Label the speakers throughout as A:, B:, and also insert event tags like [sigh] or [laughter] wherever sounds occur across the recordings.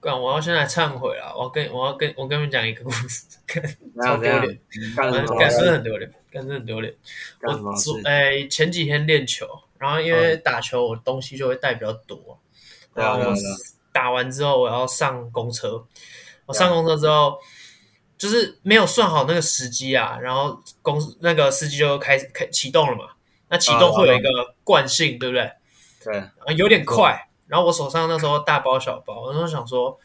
A: 干，我要先来忏悔啊了。我要跟我要跟我跟你们讲一个故事，干
B: [laughs] 怎
A: 超
B: 样怎
A: 丢
B: 样
A: 脸，
B: 干什
A: 干
B: 么
A: 干真的
B: 事？
A: 很丢脸，干真的很丢脸。
B: 干什
A: 嗯我
B: 么
A: 昨
B: 事？
A: 哎、前几天练球，然后因为打球我东西就会带比较多，
B: 嗯对
A: 然
B: 啊
A: 后
B: 对
A: 我
B: 啊对啊
A: 打完之后我要上公车，我
B: 对啊
A: 上公车之后就是没有算好那个时机啊，然后公那个司机就开始开启动了嘛，那启
B: 嗯
A: 动会有一个惯性，对不对？
B: 对，
A: 啊，有点快。然后我手上那时候大包小包，我那时候想说，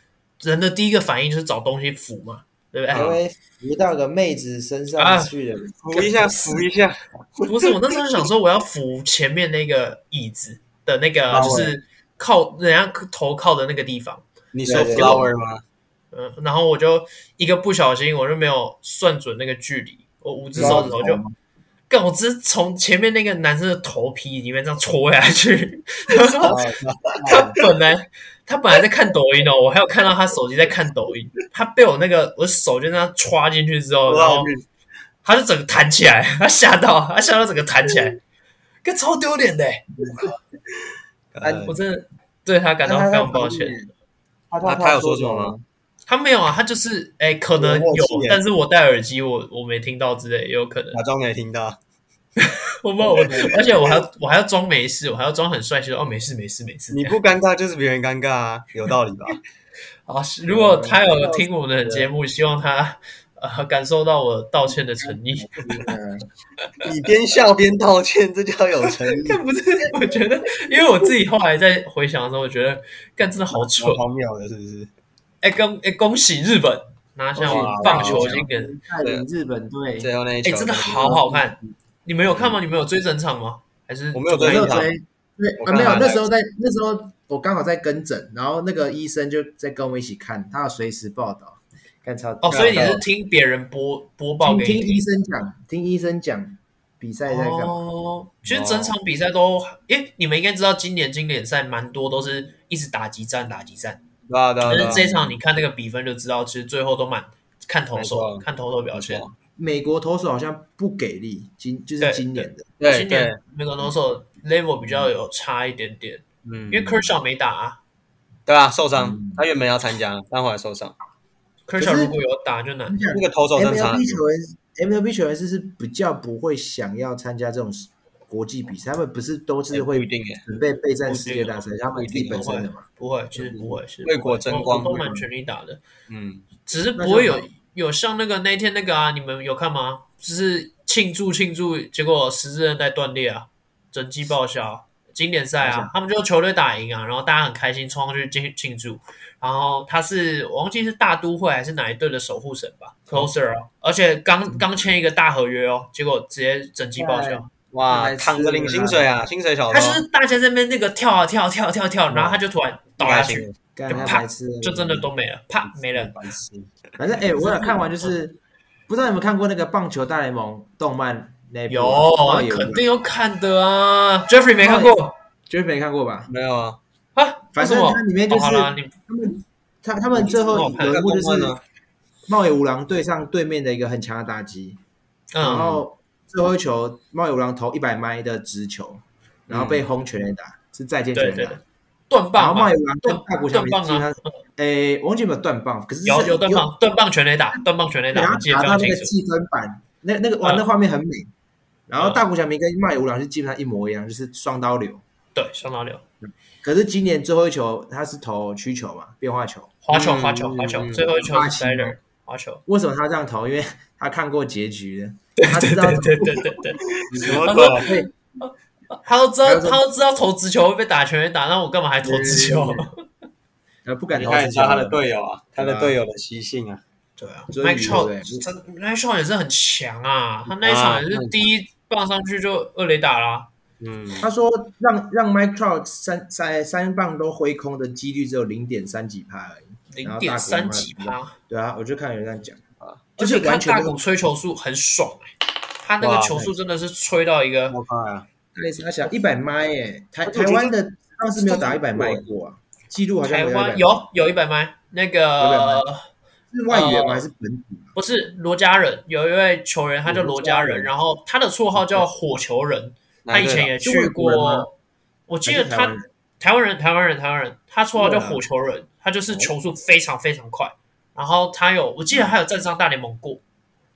A: 人的第一个反应就是找东西扶嘛，对不对？
B: 嗯
C: 因为扶到个妹子身
A: 啊
C: 上去了，
B: 扶一下，扶一下。
A: 不是，我那时候想说我要扶前面那个椅子的那个，
B: 包围
A: 就是靠人家头靠的那个地方。
B: 你
C: 对
B: 说
C: 对
B: flower 吗？
A: 嗯，然后我就一个不小心，我就没有算准那个距离，我五只手指头就
B: 嗯
A: 干，我只是从前面那个男生的头皮里面这样戳下去。 [laughs]
C: 啊
A: 他 [laughs] 本来他本来在看抖音哦，我还有看到他手机在看抖音，他被我那个我手就那样戳进去之后，然后他就整个弹起来，他吓到，他吓到整个弹起来，个超丢脸的欸、
B: 呃
A: 我真的对他感到非常抱歉。。
C: 他
B: 那
A: 啊
C: 他
B: 他有说什
C: 什
B: 么
C: 么
B: 吗？？
A: 他没有啊，他就是哎、可能
B: 有默
A: 有
B: 契耶，
A: 但是我戴耳机，我我没听到之类，也有可能。
B: 假装没听到。
A: 我不知道，我而且我还要我还要装没事，我还要装很帅气，说哦没事没事没事。
B: [laughs] 你不尴尬就是别人尴尬啊，有道理吧？
A: 啊，是如果他有听我们的节目，希望他呃感受到我道歉的诚意。
C: 嗯
B: 你边笑边道歉，这叫有诚意。
A: [laughs] 但不是，我觉得，因为我自己后来在回想的时候，我觉得干真的好蠢。哦
B: 荒谬的，是不是？
A: 哎、恭哎、恭喜日本拿下我们棒球经典，
C: 带领日本队，
B: 最后那一
A: 哎、
B: 球嗯
A: 真的好好看。你们有看吗？你们有追整场吗？还是
B: 我没有
C: 我
B: 追
C: 没有
B: 现场
C: 追，对
B: 我
C: 啊
B: 看
C: 没有
B: 他。
C: 那时候在那时候我刚好在跟诊，然后那个医生就在跟我一起看，他要随时报道，看超
A: 哦，所以你
B: 啊
A: 是听别人播播报
C: 听
A: 给
C: 听
A: 你
C: 医生讲，听医生讲比赛在干嘛。
A: 哦，其实整场比赛都，因为你们应该知道，今年经典赛蛮多都是一直打击战打击战，
B: 对啊对啊
A: 但
B: 对
A: 是
B: 啊，
A: 这一场你看那个比分就知道，其实最后都蛮看投手
B: 没错
A: 看投手表现。
C: 美国投手好像不给力，今就是
A: 对
C: 今年的，
B: 对
A: 今
B: 对
A: 年，美国投手 level 比较有差一点点，因
B: 嗯，
A: 为 Kershaw 没打啊
B: 对啊受伤
C: 嗯，
B: 他原本要参加，但后来受伤。
C: 是
A: ，Kershaw 如果有打就难。
B: 那个投手真的差很多，
C: MLB 球员 MLB 球员是是比较不会想要参加这种国际比赛，他们不是都是
B: 不一
C: 会
B: 定哎，
C: 准备备战世界大赛，他们自己本身的嘛。
A: 不会，其实不会，其实
B: 为国争光
A: 都蛮全力打的，
B: 嗯，
A: 只是不会
C: 那
A: 有
C: 就
A: 有像那个那天那个啊，你们有看吗？就是庆祝庆祝，结果十字韧带断裂啊，整季报销。经典赛
C: 好
A: 啊，他们就球队打赢啊，然后大家很开心冲上去庆庆祝。然后他是我忘记是大都会还是哪一队的守护神吧，closer 啊，而且刚刚签一个大合约哦，结果直接整季报销。
B: 哇，
C: 还是
B: 躺着领薪水啊，薪水小偷
A: 他，就是大家在那边那个跳啊跳啊跳啊跳啊跳啊，然后他就突然倒下去，
B: 去，
C: 干
A: 就
C: 他
A: 啪
C: 白痴，
A: 就真的都没了，啪没了。
B: 白痴
C: 反正哎、我有看完，就是不知道你们看过那个棒球大联盟动漫那一部
A: 有啊
C: 吗，哦，
A: 肯定有看的啊。Jeffrey 没看过
C: 绝对没看过吧？
B: 没有啊，
A: 啊？
C: 反
A: 为什
C: 正
A: 么
C: 它里面就是
A: 哦好了，你
C: 他们他他们最后有一幕就
B: 看动漫
C: 是
B: 呢
C: 茂野五郎对上对面的一个很强的打击，然
A: 嗯，
C: 后最后一球茂野五郎投一百迈的直球，然后被轰全垒打，是再见全
A: 对
C: 垒
A: 对
C: 打
A: 对。，断
C: 然后
A: 棒
C: 茂
A: 嘛
C: 野，五郎对大谷翔
A: 盾
C: 平，
A: 棒
C: 基
A: 啊
C: 本上，诶，我忘记有没有断棒，可是是
A: 有有断，棒，断棒全垒打，断棒全垒
C: 然
A: 打，
C: 后
A: 我记得
C: 啊打
A: 非
C: 到
A: 常
C: 那
A: 清
C: 个
A: 楚。
C: 计分板，那那个哇，
A: 嗯
C: 那画面很美。然后
A: 嗯
C: 大谷翔平跟茂野五郎是基本上一模一样，就是双刀流。
A: 对，双打流，
C: 可是今年最后一球他是投曲球嘛，变化球。
A: 滑球滑
B: 嗯
A: 球滑球，
B: 嗯
A: 最后一球
C: 滑
A: 是
C: 球
A: slider 滑球。
C: 为什么他这样投？因为他看过结局了，他知道
A: 对对对对对，
B: 什么
A: 他
B: 鬼
A: 说？他都知道
C: 还有什么
A: 他都知道投直球会被打全垒打，那我干嘛还投直球？
C: 呃不敢
B: 你
C: 投
B: 看
C: 直
B: 一
C: 球
B: 下他的
C: 了。
B: 队友啊，他的队友的习性啊，
A: [laughs] 对啊
C: 鳟鱼
A: ，Mike
C: 对
A: Trout
C: 不对
A: 真 Mike Trout 也是很强啊，他那一场也
B: 啊
A: 是第一棒上去就二垒打啦。
B: 嗯，
C: 他说让让 Mike Trout 三三三棒都挥空的几率只有零点三几趴而已。
A: 零点三几趴，
C: 对啊，我就看有人这样讲
B: 啊，
C: 就
A: 而
C: 是
A: 且
C: 完
A: 看
C: 全
A: 大
C: 没有
A: 谷吹球速很爽哎、他那个
B: 哇
A: 球速真的是吹到一个，
B: 我看啊，
C: 类似他想一百迈耶，台
B: 而且我
C: 台
B: 觉得
C: 湾的当时没有打一百迈过啊，记录好像
A: 台
C: 没有100
A: 湾有有一百迈，那个
C: 是外援吗？
A: 呃
C: 还是本土？啊
A: 不是罗家人，有一位球员他叫罗家
C: 罗家
A: 人，然后他的绰号叫火球人，他以前也
C: 是外
A: 去
C: 国人吗
A: 过，我记得
C: 还是台湾啊
A: 他台湾人，台湾人，台湾人，他绰号叫火球人，他
C: 哦
A: 就是球速非常非常快，然后他有我记得他有站上大联盟过，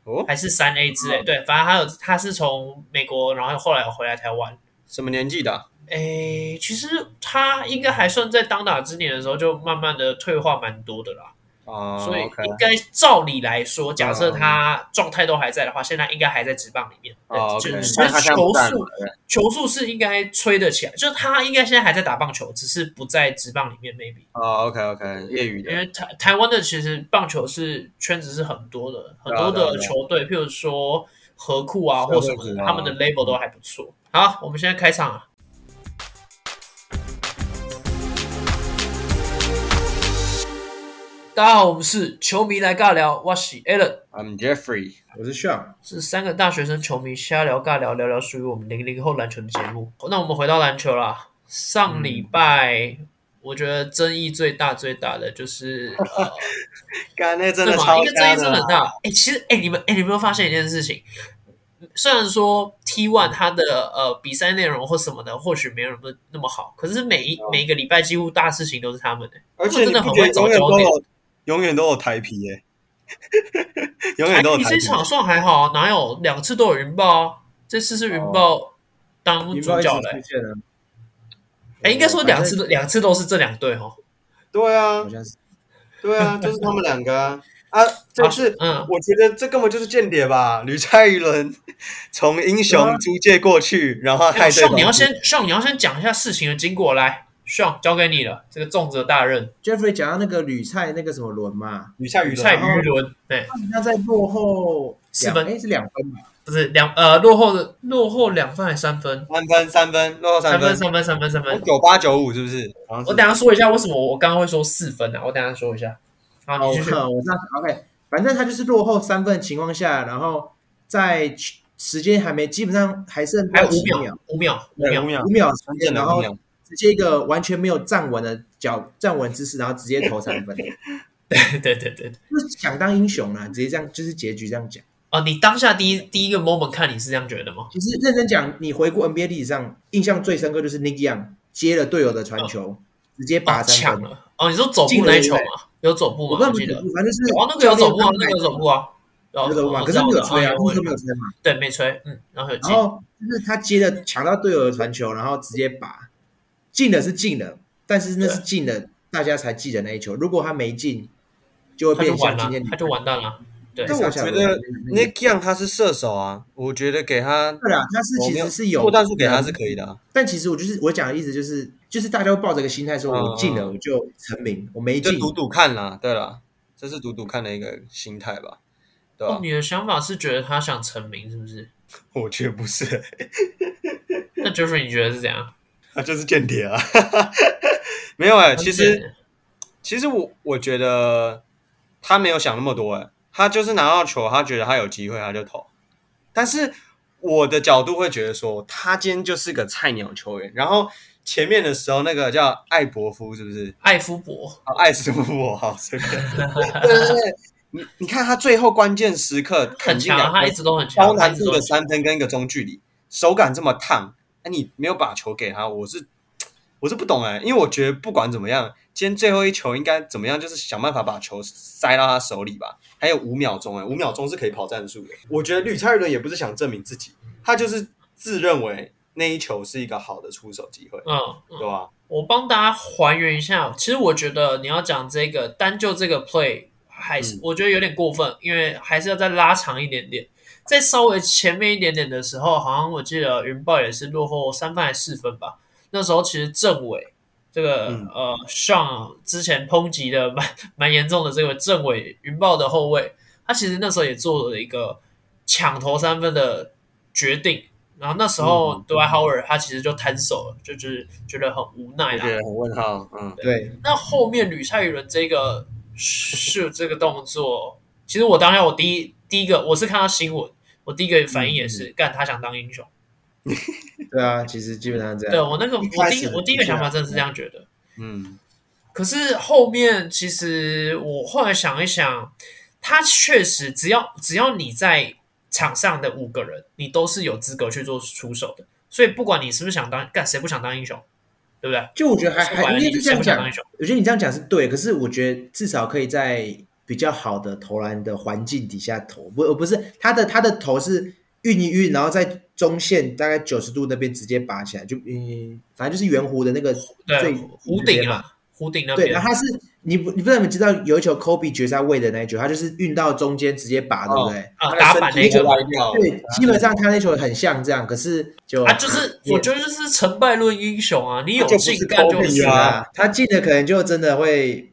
B: 哦，
A: 还是三 A 之类，
C: 嗯
A: 对，反正他有他是从美国，然后后来有回来台湾。
B: 什么年纪的啊、
A: 诶，其实他应该还算在当打之年的时候，就慢慢的退化蛮多的啦。
B: 啊？
A: 所以
B: OK
A: 应该照理来说，假设他状态都还在的话，现在应该还在职棒里面。对
B: 哦
A: 就
B: OK
A: 是
B: 那他现在
A: 球
B: 不在嘛
A: 速球速是应该吹得起来，就是他应该现在还在打棒球，只是不在职棒里面，maybe。
B: 啊，OK OK，业余
A: 因
B: 的
A: 为台台湾的其实棒球是圈子是很多的，很
B: 对啊
A: 多
B: 对啊
A: 的
B: 对啊
A: 球队，譬如说河库啊
B: 社
A: 或
B: 会
A: 什么的，
B: 组啊
A: 他们的 label 都还不错。好，我们现在开场啊。大家好，我们是球迷来尬聊，我是 Allen，
B: ，I'm Jeffrey，
C: 我是 Sean，
A: 是三个大学生球迷瞎聊尬聊，聊聊属于我们零零后篮球的节目。那我们回到篮球啦，上礼
B: 嗯
A: 拜、我觉得争议最大最大的就是呃。
B: 干那真的
A: 对嘛？
B: 超
A: 因为争
B: 干
A: 议真的很
B: 的，啊
A: 大。哎、其实哎、你们哎、你们有没有发现一件事情？虽然说 T One 它的呃比赛内容或什么的，或许没有那么那么好，可是每一、
B: 嗯
A: 每一个礼拜几乎大事情都是他们的、
B: 而且你不觉得永远都有永远都有台皮耶、 [laughs] 永
A: 哎
B: 远都有
A: 你
B: 台
A: 这
B: 皮。
A: 场算还好，啊哪有两次都有云豹、啊？这次是云
B: 哦
A: 豹当主
C: 你不知
A: 角
C: 道
A: 嘞、
C: 出现了，
A: 哎、应该说两次
C: 啊反
A: 都两次都是这两队哦。
B: 对
C: 正
B: 啊
C: 好，像是
B: 对啊，就是他们两个啊，啊，这是。
A: 嗯，
B: 我觉得这根本就是间谍吧！吕蔡一伦从英雄租借过去，然后害对
A: 上
B: 方
A: 你要先上你要先讲一下事情的经过来，上交给你了，这个重责大任，
C: Jeffrey 讲到那个吕菜那个什么轮嘛，
B: 吕蔡
A: 雨
B: 伦
A: 菜鱼轮，对。
C: 他在落后
A: 四分
C: 哎是两分吧？
A: 不是两呃落后的落后两分还是三分？
B: 三分三分落后
A: 三
B: 分
A: 分，三分三分三分。
B: 九八九五是不是？好像是
A: 我等一下说一下为什么我刚刚会说四分啊，我等一下说一下。好，
C: 哦，
A: 你
C: 我
A: 继续
C: 知。道我知道，OK，反正他就是落后三分的情况下，然后在时间还没基本上还剩
A: 还有
C: 几
A: 五秒，五秒，五
B: 对五
A: 秒。
B: 秒
C: 五，秒的时
B: 关
C: 间，
B: 键
C: 然
B: 的
C: 后
B: 五秒，
C: 直接一个完全没有站稳的脚站稳姿势，然后直接投三分，
A: 对 [laughs] 对对对。对
C: 就是想当英雄啊啦，直接这样就是结局这样讲。
A: 哦，你当下第一第一个 moment 看你是这样觉得吗？
C: 其实认真讲，你回顾 NBA 历史上，印象最深刻就是 Nick Young 接了队友的传球，直接
A: 哦
C: 拔，三
A: 抢
C: 分。
A: 了。哦，你说走步那一球吗？有走步
C: 我
A: 吗？
C: 忘
A: 我
C: 了
A: 记
C: 怎
A: 得。
C: 么，反正就是
A: 哦，那个有走步啊，那
C: 那
A: 个有走步啊。有
C: 有走步嘛，
A: 我
C: 可
A: 知
C: 是
A: 道
C: 没
A: 我
C: 有
A: 知
C: 吹
A: 道
C: 啊，那时候
A: 我知
C: 没有
A: 道
C: 吹嘛。
A: 对，没吹。嗯，然后有
C: 然
A: 进。
C: 后就是他接了抢到队友的传球，然后直接拔，进了是进了，但是那是进了，大家才记得那一球。如果他没进，就
A: 他
C: 会
A: 就
C: 变
A: 完
C: 像今
A: 了啊
C: 天，
A: 他就完蛋了。对
B: 但我觉得 Nick Young 他是射手啊，我觉得给他
C: 对啦，他是
B: 我
C: 其
B: 没有
C: 实是有
B: 过战术给他是可以的啊。
C: 但其实我就是我讲的意思就是，就是大家会抱着一个心态说，
B: 嗯
C: 我进了我就成名，我没
B: 就
C: 进
B: 赌赌看啦，对啦，这是赌赌看的一个心态吧，对吧、
A: 哦，你的想法是觉得他想成名是不是？
B: 我觉得不是，
A: 那 Jeffrey 你觉得是怎样？
B: [laughs] 他就是间谍啊。 [laughs] 没有哎、其实其实我我觉得他没有想那么多哎、他就是拿到球，他觉得他有机会他就投。但是我的角度会觉得说，他今天就是个菜鸟球员。然后前面的时候，那个叫艾伯夫是不是？
A: 艾夫伯，
B: 啊，艾斯夫我好随
A: [laughs]
B: 便。对对对，你你看他最后关键时刻
A: 很
B: 肯定
A: 强
B: 两
A: 啊，他
B: 个
A: 一直都很强，
B: 高
A: 他一
B: 难
A: 直
B: 度
A: 都
B: 的
A: 很强
B: 三分跟一个中距离，手感这么烫，那、你没有把球给他，我是我是不懂哎、因为我觉得不管怎么样，今天最后一球应该怎么样，就是想办法把球塞到他手里吧。还有五秒钟哎、五秒钟是可以跑战术的。我觉得吕蔡伦也不是想证明自己，他就是自认为那一球是一个好的出手机会，
A: 嗯，嗯
B: 对吧？
A: 我帮大家还原一下，其实我觉得你要讲这个单就这个 play，还是、
B: 嗯
A: 我觉得有点过分，因为还是要再拉长一点点，在稍微前面一点点的时候，好像我记得云豹也是落后三分还是四分吧，那时候其实政委。这个、
B: 嗯
A: 呃，上之前抨击的蛮蛮严重的这个政委云豹的后卫，他其实那时候也做了一个抢投三分的决定，然后那时候
B: 嗯
A: d w i g h o w a r d 他其实就摊手了，就就是觉得很无奈
B: 我
A: 啦
B: 觉。得很问号，嗯。
C: 对，
A: 那后面吕蔡宇伦这个是这个动作，其实我当下我第一第一个我是看到新闻，我第一个反应也
C: 嗯
A: 是，干他想当英雄。
C: 对啊，其实基本上这
A: 对
C: 样。
A: 我那个
C: 一
A: 我
C: 开
A: 第一
C: 始
A: 我第一个
C: 的确啊
A: 想法真的是这样觉得。
B: 嗯，
A: 可是后面其实我后来想一想，他确实只要只要你在场上的五个人，你都是有资格去做出手的。所以不管你是不是想当干，谁不想当英雄？对不对？
C: 就我觉得还还应该就这样
A: 不
C: 讲
A: 管你想不想当英雄，
C: 我觉得你这样讲是对，可是我觉得至少可以在比较好的投篮的环境底下投，不，呃不是他的他的头是运一运，然后在中线大概九十度那边直接拔起来，就嗯，反正就是圆弧的那个最
A: 对，湖顶
C: 嘛。
A: 啊，湖顶那
C: 对，
A: 边
C: 然后他是你不你不知道你们知道有一球 Kobe 决赛位的那一球，他就是运到中间直接拔，对不对？
A: 啊，打板那个嘛，
B: 歪掉，
C: 对，基本上他那球很像这样，可是就
A: 啊，就是我觉得就是成败论英雄啊，你有
B: 就不
A: 劲
B: 是
A: 干就
B: Kobe
A: 是
B: 啊
C: 啊，他进的可能就真的会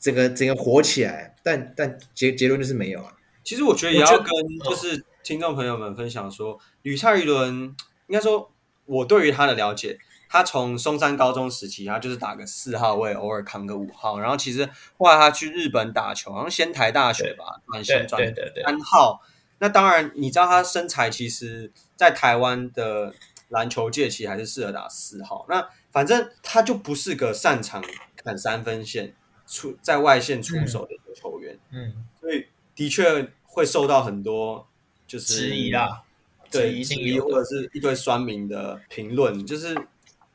C: 整个整个火起来，但但结结论就是没有啊。
B: 其实我觉得也
A: 我觉
B: 要
A: 得嗯
B: 跟就是听众朋友们分享说，吕蔡于伦应该说，我对于他的了解，他从松山高中时期，他就是打个四号位，偶尔扛个五号，然后其实后来他去日本打球，好像仙台大学吧，转
A: 对
B: 型
A: 对
B: 转
A: 对
C: 啊
A: 对，
B: 三号。那当然，你知道他身材其实，在台湾的篮球界其实还是适合打四号。那反正他就不是个擅长砍三分线出在外线出手的球员。
A: 嗯，
B: 所以的确会受到很多就是
A: 质疑，啦，质
B: 对
A: 疑一
B: 质
A: 定
B: 疑
A: 有
B: 或
A: 的，
B: 者是一堆酸民的评论，就是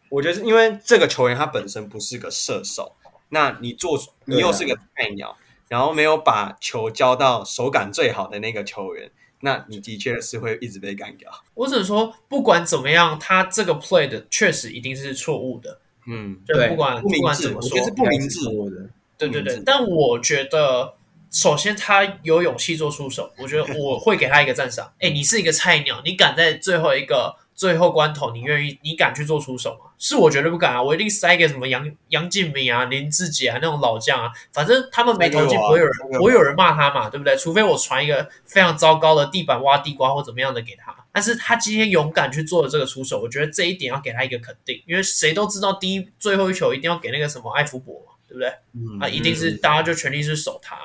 B: 我觉得是因为这个球员他本身不是个射手，那你做你又是个菜鸟，然后没有把球交到手感最好的那个球员，那你的确是会一直被干掉。
A: 我只能说不管怎么样，他这个 play 的确实一定是错误的，
B: 嗯，
A: 就
C: 对
A: 不管
B: 不明智
A: 管怎么
B: 我
A: 说
B: 觉得，是不明智
C: 我的，
A: 对对
B: 明
A: 对
B: 智，
A: 但我觉得，首先他有勇气做出手，我觉得我会给他一个赞赏。哎，你是一个菜鸟，你敢在最后一个最后关头，你愿意，你敢去做出手吗？是我绝对不敢啊，我一定塞给什么杨杨敬敏啊、林志杰啊那种老将啊，反正他们没投进，
B: 塞给我啊
A: 不会有人
B: 塞给我
A: 不会有人骂他嘛，对不对？除非我传一个非常糟糕的地板挖地瓜或怎么样的给他。但是他今天勇敢去做了这个出手，我觉得这一点要给他一个肯定，因为谁都知道第一最后一球一定要给那个什么艾弗伯嘛，对不对？
B: 嗯
A: 啊，一定是大家就全力去守他。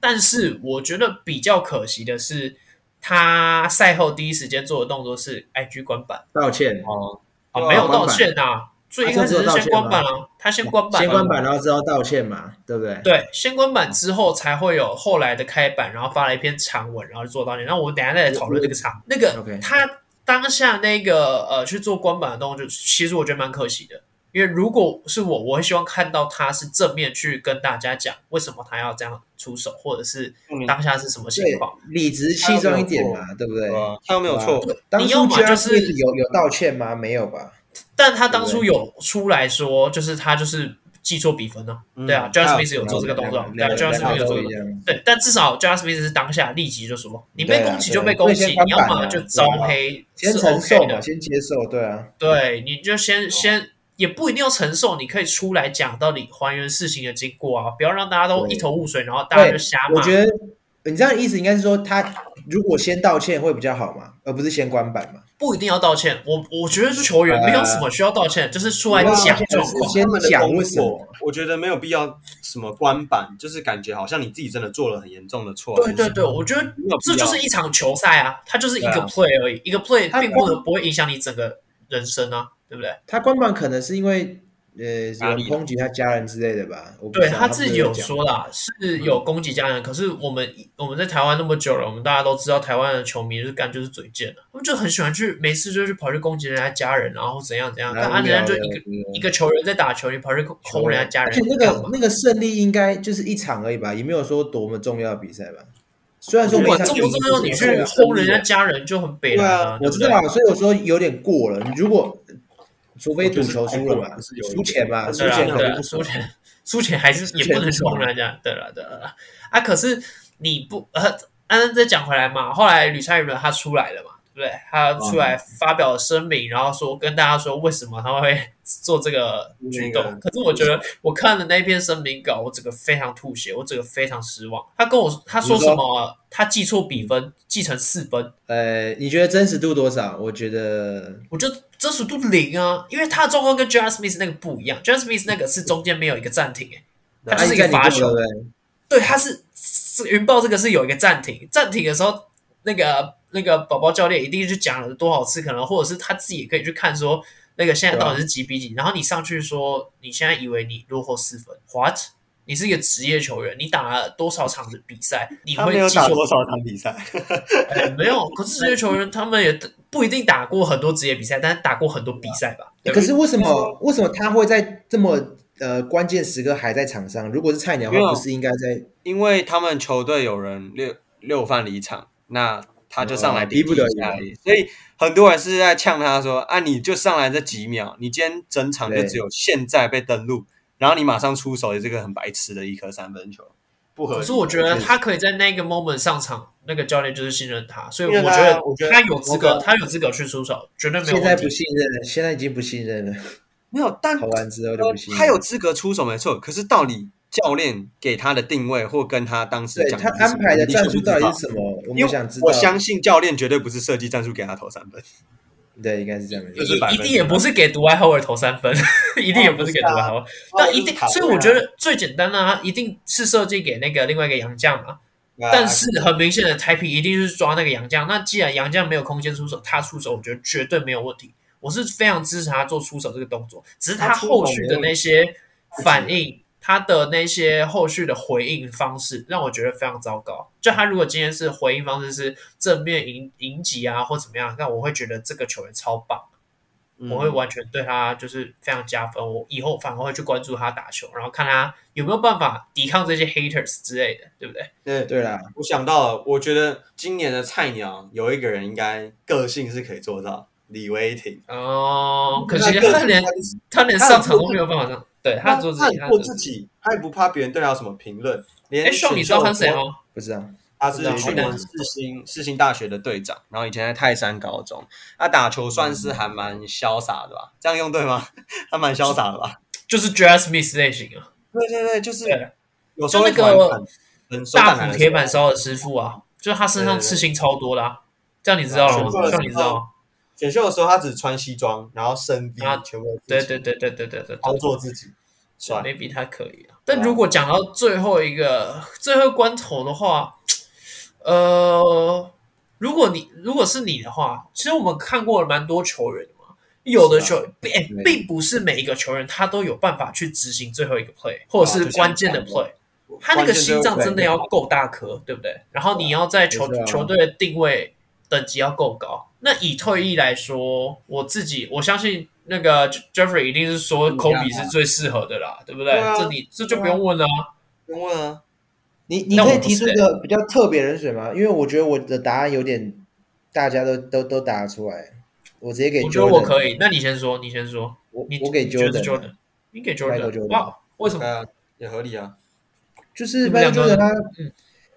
A: 但是我觉得比较可惜的是，他赛后第一时间做的动作是 IG 关板
C: 道歉，
B: 哦，
A: 啊，
B: 对啊
A: 没有
C: 关
A: 道
C: 板
A: 歉啊，最一
C: 他
A: 开
C: 是
A: 始
C: 有
A: 是
C: 道
A: 先
C: 歉
A: 关
C: 吗
A: 板啊，他先关板，
C: 先关板，然后之后道歉嘛，对不对？
A: 对，先关板之后才会有后来的开板，然后发了一篇长文，然后就做到你。然后我们等一下再来讨论这个长那个
C: OK
A: 他当下那个呃去做关板的动作，其实我觉得蛮可惜的。因为如果是我，我会希望看到他是正面去跟大家讲为什么他要这样出手，或者是
B: 嗯
A: 当下是什么情
C: 对
A: 况。，
C: 理直气壮一点嘛，对不对
B: 对？啊他又没有错，
C: 对吧当
A: 呃你要
C: 初
A: 么就
C: j
A: 是
C: s 有有道歉吗？没有吧？
A: 但他当初有出来说，就是他就是记错比分呢、啊，
B: 嗯
A: 对啊
B: 他有
A: ，John Smith 有做这个动作，对啊
C: 两个
A: ，John
C: 人
A: Smith 有做这个
C: 一，样。
A: 对，但至少 John Smith 是当下立即就说，你被
C: 对啊
A: 攻击
C: 对啊
A: 就被攻击，
C: 所以先翻
A: 你要
C: 版啊
A: 么就招黑
C: 先
A: 是
C: 承受
A: OK
C: 嘛，
A: 的，
C: 先接哦受，对啊，
A: 对，你就先先。也不一定要承受，你可以出来讲到底还原事情的经过啊，不要让大家都
C: 对
A: 一头雾水，然后大家就瞎
C: 我
A: 骂。
C: 觉得你这样的意思应该是说，他如果先道歉会比较好嘛，而不是先关板嘛。
A: 不一定要道歉，我我觉得是球员没有什么需要道歉，就是出来
C: 呃你
A: 讲
C: 要道歉
A: 状
C: 是
A: 况。
C: 先
B: 他们的
C: 讲
B: 工
C: 为什
B: 作
C: 么，
B: 我觉得没有必要什么官版，就是感觉好像你自己真的做了很严重的错。
A: 对对对，我觉得
B: 没有必
C: 啊
A: 这
B: 要
A: 就是一场球赛啊，它就是一
B: 对
A: 个
B: 啊
A: play 而已，一个 play
C: 它
A: 并不能不会影响你整个人生啊，对不对？
C: 他关板可能是因为呃
B: 压
C: 有
B: 力啊
C: 抨击他家人之类的吧。我不
A: 对
C: 知道
A: 他
C: 不
A: 自
C: 是
A: 己有
C: 讲嗯
A: 说啦，是有攻击家人，可是我们我们在台湾那么久了，我们大家都知道台湾的球迷就是干就是嘴贱的，他们就很喜欢去没事就去跑去攻击人家家人，然后怎样怎样，
C: 蛮
A: 但啊
C: 无聊
A: 人家就
C: 的
A: 一个
C: 对
A: 一个球员在打球，你跑去
C: 球
A: 轰人家家
C: 而
A: 人，
C: 且那
A: 干嘛
C: 个那个胜利应该就是一场而已吧，也没有说多么重要的比赛吧。虽然说
A: 不
C: 每
A: 管
C: 场
A: 重不重要，你去轰
C: 轰
A: 人家，家人就很北
B: 对
A: 蓝
B: 啊
A: 啊，
C: 我
A: 对不
C: 知
A: 对
C: 道啊，所以我说有点过了。你如果除非赌球输
B: 我觉得是太过
C: 了
B: 了
C: 嘛
B: 是有，一点
C: 输钱嘛，输
A: 对啊，
C: 钱
A: 对
C: 可
A: 啊，
C: 不
A: 输钱，输钱还是也不能冲人家。对了，对了，啊，可是你不呃，啊，再讲回来嘛，后来吕灿宇伦他出来了嘛，对不对？他出来发表了声明，然后说跟大家说为什么他会 [laughs] 做这个举动
B: 那个。
A: 可是我觉得我看了那篇声明稿，我整个非常吐血，我整个非常失望。他跟我他说
C: 你说
A: 什么？他记错比分，记成四分，
C: 呃，你觉得真实度多少？我觉得
A: 我觉得真实度零啊，因为他的状况跟 j a r Smith 那个不一样 j a r Smith 那个是中间没有一个暂停、欸他
C: 啊
A: 就是一
C: 在
A: 个
C: 你
A: 罚
C: 这
A: 球
C: 么，对不对
A: 对，他是是云豹这个是有一个暂停，暂停的时候，那个那个宝宝教练一定去讲了多少次，可能或者是他自己也可以去看说那个现在到底是几比几，然后你上去说你现在以为你落后四分，what？你是一个职业球员，你打了多少场的比赛，你
B: 他
A: 会
B: 没有
A: 记
B: 打
A: 错
B: 多少场比赛，
A: 哎 [laughs] 没有，可是职业球员他们也不一定打过很多职业比赛，但是打过很多比赛吧？对不
C: 可
A: 对
C: 是为什么为什么他会在这么呃关键时刻还在场上？如果是菜鸟的
B: 没有
C: 话，不是应该在
B: 因为他们球队有人六六犯离场，那他就上来
C: 哦逼不得已
B: 一下而已。啊所以很多人是在呛他说：“啊，你就上来这几秒，你今天整场就
C: 对
B: 只有现在被登录，然后你马上出手，也是个很白痴的一颗三分球，不合
A: 可
B: 理。”
A: 是我觉得他可以在那个 moment 上场，那个教练就是信任他，所以
B: 信任
A: 我
B: 他
A: 觉得
B: 我觉得
A: 他有资格
B: 我，
A: 他有资格去出手，绝对没有
C: 现在
A: 问
C: 不
A: 题。
C: 信任了，现在已经不信任了，
B: 没有，但
C: 投完之后就
A: 呃
C: 不信任。
B: 他有资格出手没错，可是到底教练给他的定位或跟他当时
C: 对
B: 讲
C: 他
B: 的是
C: 安
B: 什么
C: 排的
B: 你
C: 战
B: 确
C: 术
B: 不知
C: 到底
B: 道
C: 是什么？
B: 因
C: 我们
B: 为
C: 想知道。
B: 我相信教练绝对不是设计战术给他投三分，
C: 对，应该是这样的。
B: 这
A: 一
B: 是百分
A: 一
B: 之
A: 定也不是给独爱后卫投三分，一定也不是给独爱后卫，但一定，
C: 哦
A: 所以我觉得最简单的、啊，一定是设计给那个另外一个洋将嘛。
B: 对啊，
A: 但是很明显的，台皮一定是抓那个洋将。那既然洋将没有空间出手，他出手，我觉得绝对没有问题。我是非常支持他做出手这个动作，只是他后续的那些反应，他的那些后续的回应方式，让我觉得非常糟糕。就他如果今天是回应方式是正面迎迎击啊，或怎么样，那我会觉得这个球员超棒。
B: 嗯
A: 我会完全对他就是非常加分。我以后反而会去关注他打球，然后看他有没有办法抵抗这些 haters 之类的，对不对？
B: 对
C: 对啦，
B: 我想到了，我觉得今年的菜鸟有一个人应该个性是可以做到，李威霆。
A: 哦，可惜
B: 他个性
A: 他连
B: 就是
A: 他连上场都没有办法上，对他
B: 他
A: 做自
B: 他
A: 己，他
B: 很
A: 做
B: 做
A: 自
B: 自
A: 己。
B: 己，他也不怕别人对他有什么评论。
A: 哎，
B: 连
A: 秀，
B: 选
A: 你知道
B: 秀
A: 他是谁啊
B: 我？
A: 吗？
C: 不知道，
B: 他是
A: 知道
B: 去年世新世新大学的队长，然后以前在泰山高中。他打球算是还蛮
A: 嗯
B: 潇洒的吧？这样用对吗？ [laughs] 还蛮潇洒的吧？
A: 就是 Jazz Smith 类型啊，
B: 对对对，就是
A: 对
B: 有时候会
A: 就那个
B: 突然很手感
A: 大
B: 来
A: 埔
B: 的
A: 铁
B: 时候
A: 板烧的师傅啊，就是他身上
B: 对对对
A: 刺青超多的啊，这样你知道了吗这
B: 选秀的？时候
A: 样你知道吗？
B: 选秀的时候，他只穿西装，然后深 V，
A: 啊
B: 全部都是
A: 对
B: 自己
A: 对对对对对对，对
B: 操作自己，帅。
A: maybe 他可以啊。但如果讲到最后一个最后关头的话，呃，如果你如果是你的话，其实我们看过了蛮多球员的嘛，有的
B: 是啊
A: 球并、哎
C: 对
A: 并不是每一个球员他都有办法去执行最后一个 play 或者
B: 对
A: 是
B: 啊就像
A: 关键的
B: 你讲
A: play。他那个心脏真的要
B: 关
A: 够大颗，对不对？然后你要在球
C: 没错啊
A: 球队的定位等级要够高。那以退役来说，我自己我相信那个 Je- Jeffrey 一定是说
B: 嗯
A: Kobe 是最适合的啦，对不对？
B: 对啊
A: 这你这就不用问了啊。
B: 不用问
A: 嗯
B: 啊，
C: 你你
A: 那我
C: 可以
A: 不
C: 提
A: 是
C: 出一个比较特别人选吗？因为我觉得我的答案有点大家都都都答得出来，我直接啊给
A: 我觉得我
C: Jordan
A: 可以，那你先说，你先说，
C: 我
A: 你
C: 我给
A: 你觉得
C: Jordan，
A: Jordan，你给
C: Michael
A: Jordan，
C: Jordan
A: 哇，为什
B: 对
A: 么？
B: 啊，也合理啊。
C: 就是
A: 你们
C: Michael
A: 两个
C: Jordan 他
A: 嗯，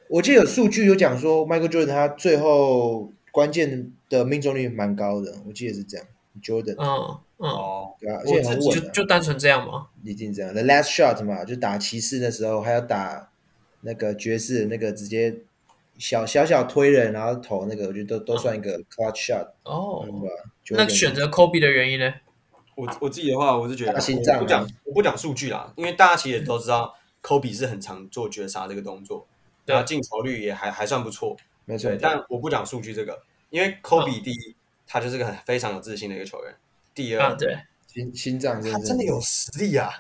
C: 我记得有数据有讲说 Michael Jordan 他最后关键的命中率蛮高的，我记得是这样。Jordan
A: 嗯嗯，
B: 哦，
C: 对啊，而
B: 我
C: 且很
B: 自己
A: 就
C: 稳啊，
A: 就单纯这样吗？
C: 一定这样。The last shot 嘛，就打骑士的时候，还要打那个爵士的那个直接小小小推人，然后投那个，我觉得都都算一个 clutch shot，
A: 哦，
C: 对吧？
A: 那选择 Kobe 的原因呢？
B: 我我自己的话，我是觉得
C: 打心脏啊
B: 我不讲我不讲数据啦，因为大家其实也都知道，科比是很常做绝杀这个动作，
A: 对啊
B: 然后进球率也还还算不错。
C: 没错
B: 对，，但我不讲数据这个，因
A: 嗯
B: 为科比第一，他就是个很非常有自信的一个球员。第
A: 啊，
B: 二，
A: 对，
C: 心心脏
B: 他真的有实力啊，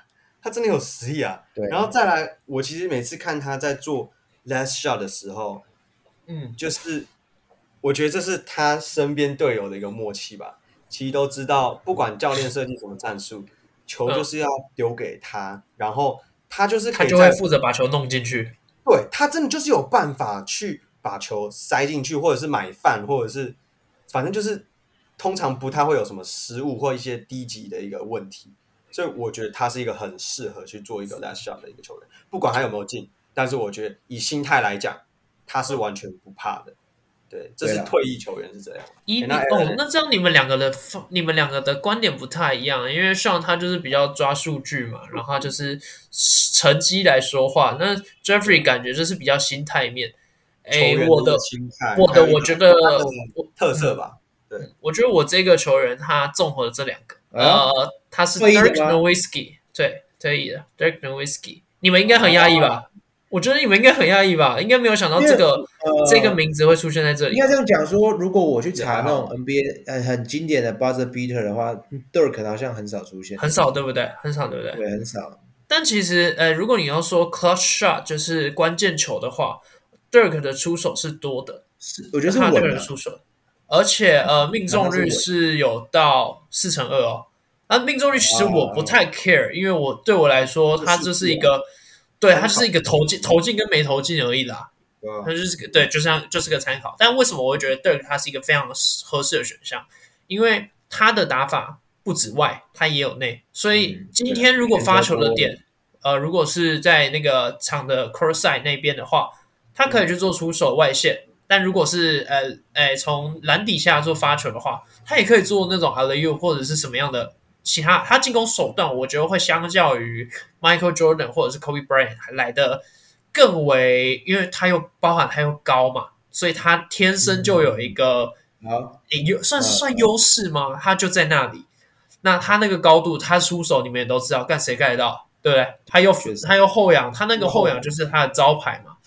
B: 他真的有实力啊。
C: 对，
B: 然后再来，我其实每次看他在做 last shot 的时候，
A: 嗯，
B: 就是我觉得这是他身边队友的一个默契吧。其实都知道，不管教练设计什么战术，球就是要丢给他，然后他就是
A: 嗯
B: 可
A: 他
B: 以
A: 就会
B: 在
A: 负责把球弄进去。
B: 对他真的就是有办法去把球塞进去，或者是买饭，或者是反正就是通常不太会有什么失误或一些低级的一个问题。所以我觉得他是一个很适合去做一个 last shot 的一个球员，不管他有没有进，但是我觉得以心态来讲，他是完全不怕的。对，这是
C: 对啊
B: 退役球员是这样。
A: 一
B: 诶
A: 比
B: 哎那
A: 哦
B: Aaron，
A: 那这样你们两个的方你们两个的观点不太一样，因为上他就是比较抓数据嘛，然后他就是成绩来说话。那 Jeffrey 感觉就是比较心态面。哎
B: 球员，
A: 我
B: 的
A: 的
B: 心态，
A: 我的
B: 还有
A: 我觉得
B: 他的特色吧，
A: 我觉得我这个球员他综合了这两个，
B: 哎
C: 啊
A: 呃，他是
C: 退役的
A: Dirk
C: 吗
A: Nowitzki，对，退役的 Dirk Nowitzki，你们应该很压抑
B: 哦
A: 吧？我觉得你们应该很压抑吧，应该没有想到这个呃这
B: 呃
A: 个名字会出现在这里
C: 应。该这样讲说，如果我去查
B: 也还
C: 那
B: 好
C: 种 NBA 呃很经典的 buzzer beater 的话，Dirk 好像很少出现，
A: 很少，对不对？很少，对不对？
C: 对，很少。
A: 但其实，呃，如果你要说 clutch shot 就是关键球的话，Dirk 的出手是多的，
C: 是我觉得是
A: 他个
C: 稳
A: 人
C: 了，
A: 出手，而且呃命中率是有到四成二哦。啊，命中率其实我不太 care，因为我对我来说，它就是一个，对它就是一个投进投进跟没投进而已啦。
B: 对吧
C: 啊
A: 它就是个对，就像就是个参考。但为什么我会觉得 Dirk 他是一个非常合适的选项？因为他的打法不止外，他也有内。所以
C: 嗯
A: 今天如果发球的
B: 对
A: 点，呃，如果是在那个场的 c o r s i d e 那边的话，他可以去做出手外线。但如果是呃哎从篮底下做发球的话，他也可以做那种 a l e y 或者是什么样的其他，他进攻手段我觉得会相较于 Michael Jordan 或者是 Kobe Bryant 还来的更为，因为他又包含他又高嘛，所以他天生就有一个
C: 好，
A: 诶优、算是
C: 嗯
A: 算优势吗？他就在那里，那他那个高度，他出手你们也都知道，干谁盖得到，对不对？他又
C: 确实
A: 他又后仰，他那个后仰就是他的招牌嘛，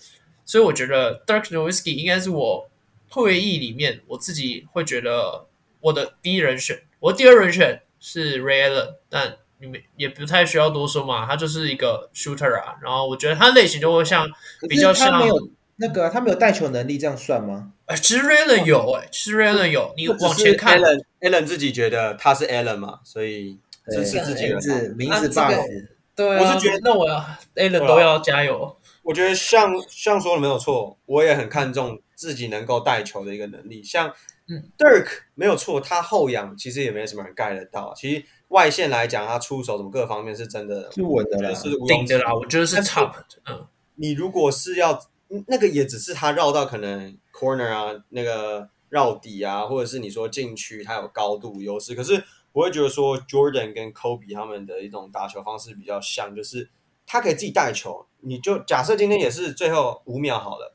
A: 所以我觉得 Dirk Nowitzki 应该是我退役里面我自己会觉得我的第一人选，我第二人选是 Ray Allen，但你们也不太需要多说嘛，他就是一个 shooter 啊，然后我觉得他类型就会像
C: 可是
A: 比较
C: 他
A: 像
C: 没有那个啊他没有带球能力，这样算吗？
A: 呃，其实 Ray Allen 有哎、其实 Ray Allen 有，你往前看
B: a l l n a l l n 自己觉得他是 a l l n 嘛，所以支持
C: 对
B: 自己
C: 名
B: 人。
C: 字名
A: 啊
C: 字
A: 这
C: b u
A: 个
C: f
A: 对、
B: 我是觉得
A: 那我要 A
B: 啊
A: 人都要加油。
B: 我觉得像像说的没有错，我也很看重自己能够带球的一个能力。像
A: 嗯
B: Dirk 没有错，他后仰其实也没什么人盖得到。其实外线来讲，他出手什么各方面是真的，
C: 是稳的
B: 我觉
C: 啦
B: 得，是毋庸
A: 顶
B: 置
A: 的
B: 疑
A: 啦，我觉得是 top，嗯，
B: 你如果是要嗯那个，也只是他绕到可能 corner 啊，那个绕底啊，或者是你说禁区，它有高度优势。可是我会觉得说，Jordan 跟 Kobe 他们的一种打球方式比较像，就是他可以自己带球。你就假设今天也是最后五秒好了，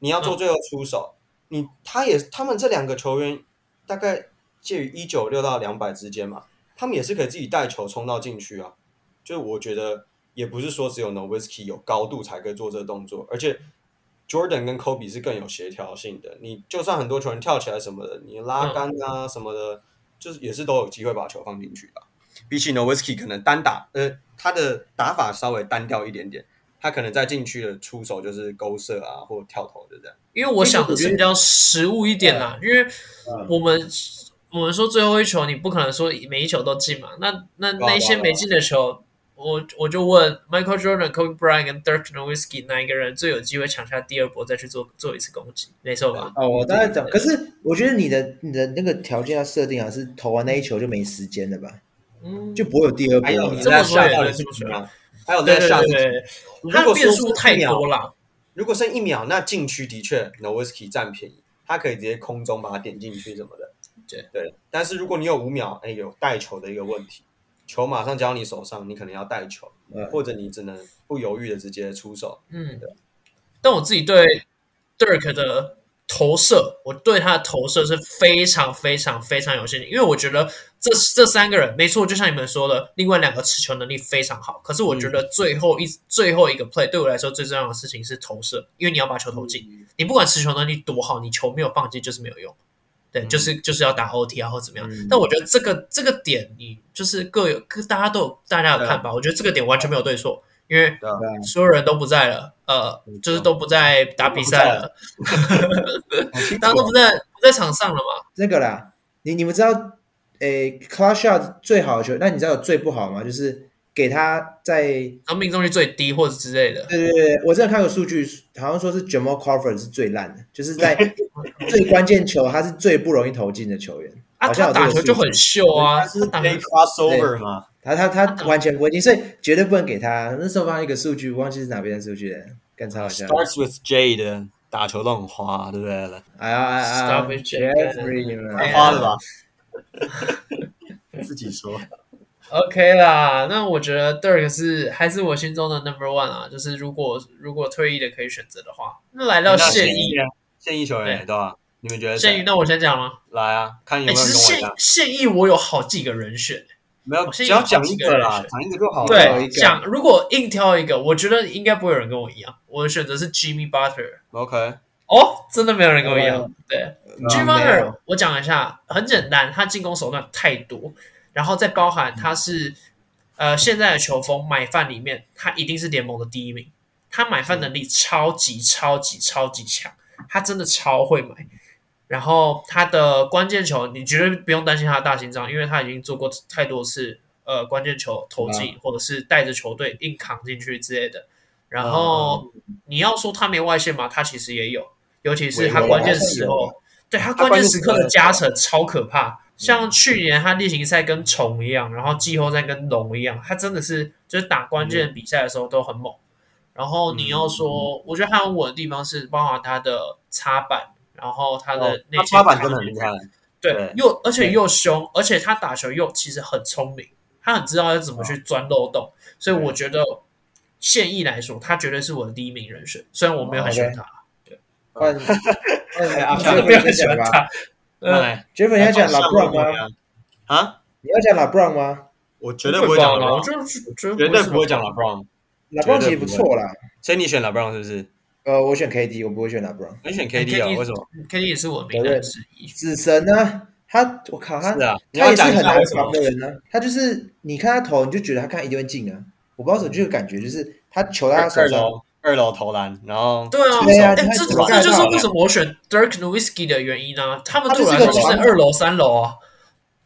B: 你要做最后出手，你他也他们这两个球员大概介于一九六到两百之间嘛，他们也是可以自己带球冲到禁区啊。就是我觉得也不是说只有 Nowitzki 有高度才可以做这个动作，而且 Jordan 跟 Kobe 是更有协调性的。你就算很多球员跳起来什么的，你
A: 嗯
B: 拉杆啊什么的，就是也是都有机会把球放进去的。比起 Nowitzki 可能单打，呃，他的打法稍微单调一点点，他可能在禁区的出手就是勾射啊或跳投的这样。
A: 因为我想的是比较实务一点啦，因为我们
B: 嗯
A: 我们说最后一球，你不可能说每一球都进嘛，那那
B: 对啊
A: 那些没进的球，我我就问 Michael Jordan、Kobe Bryant 跟 Dirk Nowitzki 哪一个人最有机会抢下第二波，再去做做一次攻击，没错吧？
C: 哦，我大概懂。可是我觉得你的你的那个条件要设定啊，是投完那一球就没时间了吧，
A: 嗯，
C: 就不会有第二波
B: 还有
C: 了
B: 你
C: 吧。
A: 这么
B: 在
A: 说
B: 下
A: 也
B: 到
A: 能
B: 底
A: 这
B: 是
A: 么
B: 怎
A: 说
B: 么样？还有
A: 对
B: 在
A: 对
B: 下
A: 对对，
B: 如
A: 他
B: 果
A: 的变
B: 说
A: 数太多了，
B: 如果剩一秒，那禁区的确 Nowitzki 占便宜，他可以直接空中把它点进去什么的。
A: 对
B: 对，但是如果你有五秒，哎，有带球的一个问题，球马上交到你手上，你可能要带球，
C: 嗯
B: 或者你只能不犹豫的直接出手。
A: 嗯，但我自己对 Dirk 的投射，我对他的投射是非常非常非常有信心，因为我觉得这这三个人，没错，就像你们说的，另外两个持球能力非常好。可是我觉得最后一、最后一个 play 对我来说最重要的事情是投射，因为你要把球投进，你不管持球能力多好，你球没有放进就是没有用。对，
B: 嗯
A: 就是就是要打 OT 啊，或怎么样。
C: 嗯
A: 但我觉得这个这个点，你就是各有各大家都有大家的看法，我觉得这个点完全没有对错，因为
B: 对啊
C: 对啊
A: 所有人都不在了，呃，就是都不在打比赛了，大家都不在不在场上了嘛。
C: 那个啦，你你们知道，诶 c l a s h shot 最好的球，那你知道有最不好吗？就是给他在对
A: 然后命中率最低或者之类的，啊
C: 对对，我之前看过数据，好像说是 Jamal Crawford 是最烂的，就是
A: [laughs]
C: 在最关键球他是最不容易投进的球员。
A: 啊，
C: 好像
A: 他
C: 有这
A: 打
C: 个
A: 球就很啊秀啊，
B: 是
A: 他打
B: play crossover 嘛？
C: 他他他完全不会进，所以绝对不能给他。那时候放一个数据，忘记是哪边的数据了，更超好笑。
B: Starts with J 的打球都很花，对不对？
C: 哎呀哎呀
A: Stop it,
C: ，Jeffrey 嘛
A: 哎
B: 蛮
A: 呀
B: 花的吧？ [laughs] 自己说，
A: OK 啦，那我觉得 Dirk 是还是我心中的 Number One 啊，就是如果如果退役的可以选择的话，那来到
B: 那
A: 现
B: 现
A: 役
B: 役，啊现役球员也对吧？你们觉得谁
A: 现役，那我先讲吗？
B: 来啊？看有
A: 哎，
B: 没有
A: 其实现
B: 人跟我一样，
A: 现役我有好几个人选，
B: 没有，
A: 我现
B: 只
A: 役
B: 要
A: 好
B: 讲
A: 几
B: 一
A: 个
B: 个
A: 人
B: 啦
A: 选，
B: 讲一个就好了。
C: 哦挑
A: 对，
C: 一个
A: 讲如果硬挑一个，我觉得应该不会有人跟我一样，我的选择是 Jimmy Butler。
B: OK，
A: 哦，真的没有人跟我一
C: 没
A: 样。对
C: 嗯
A: ，Jimmy
C: 没有 [laughs]
A: Butler，我讲一下，很简单，他进攻手段太多，然后再包含他是、呃，现在的球风买饭里面，他一定是联盟的第一名。他买饭能力超级超级超级强，他真的超会买。然后他的关键球，你绝对不用担心他的大心脏，因为他已经做过太多次呃关键球投进，或者是带着球队硬扛进去之类的。然后你要说他没外线嘛，他其实也有，尤其是他关键时
B: 我
A: 候，对他关键时刻的加成超可
B: 嗯
A: 怕。像去年他例行赛跟虫一样，然后季后赛跟龙一样，他真的是就是打关
B: 嗯
A: 键比赛的时候都很猛。然后你要说，我觉得他很稳的地方是包含他的插板，然后他的内
B: 哦他
A: 线
B: 插板
A: 砍
B: 真的很厉害，
A: 对
B: 对，
A: 又而且
B: 对
A: 又凶，而且他打球又其实很聪明，他很知道要怎
B: 哦
A: 么去钻漏洞，所以我觉得现役来说，他绝对是我的第一名人选。虽然我没有很喜欢他，
C: 换
B: 啊
C: 换
A: 真的没有很喜欢
C: 吧。
A: 他。呃，
B: 对，
C: Jeff，你要讲老布朗
B: 吗
C: 吗？？
B: 啊，
C: 你要讲老布朗吗？
B: 我绝对不会讲
A: 了，我
B: LeBron，
A: 就是绝
B: 绝对不会讲
A: 了。
B: LeBron。
C: 老布朗其实不错啦。
B: 所以你选 LeBron 是不是？
C: 呃，我选 KD，我不会选老布朗。
B: 你选
A: KD
B: KD 啊？为什么？
A: KD 也是我的名单之一，
C: 死神啊呢？他我靠，他
B: 是啊，你
C: 他
B: 要
C: 也是
B: 讲一
C: 很
B: 下
C: 难
B: 为什么
C: 防？的人呢、啊他就是你看他投，你就觉得他看一定会进啊。我不知道怎么就有感觉，就是他球在他手
B: 二
C: 上，
B: 楼二楼投篮，然后
A: 对啊，
C: 对啊
A: 哦哎，
C: 你
A: 这
C: 看
A: 这
B: 怎么
A: 这就是
C: 办到
A: 为什么我选 Dirk Nowitzki 的原因啊。他们
C: 他
A: 对
C: 就
A: 我
C: 是
A: 来说
C: 个
A: 就是
C: 传
A: 二楼、三楼啊。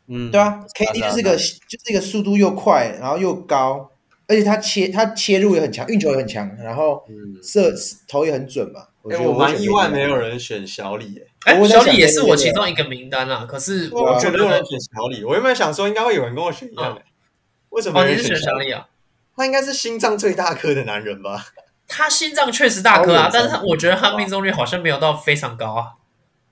B: 嗯，
C: 对啊
B: 是
C: ，KD
B: 啊
C: 就是个就是一个速度又快，然后又高，而且他切他切入也很强，运球也很强，然后
B: 嗯，
C: 射投也很准嘛。我觉
B: 哎，
C: 得
B: 我
C: 我会选
B: 蛮意外
C: KD
B: 没有人选小李耶。
A: 哎，
C: 我在
A: 小
C: 想
A: 李也是
C: KD
A: 我
C: 的
A: 其中一个名单啊。可是
C: 对啊
A: 我觉
B: 没有人
A: 得
B: 选小李，我原本想说应该会有人跟我选一样的，为什么
A: 哦，
B: 有
A: 你
B: 人
A: 是选
B: 小
A: 小？李啊？
B: 他应该是心脏最大颗的男人吧？
A: 他心脏确实大颗啊
C: 超稳，
A: 但是他我觉得他
B: 哇
A: 命中率好像没有到非常高啊。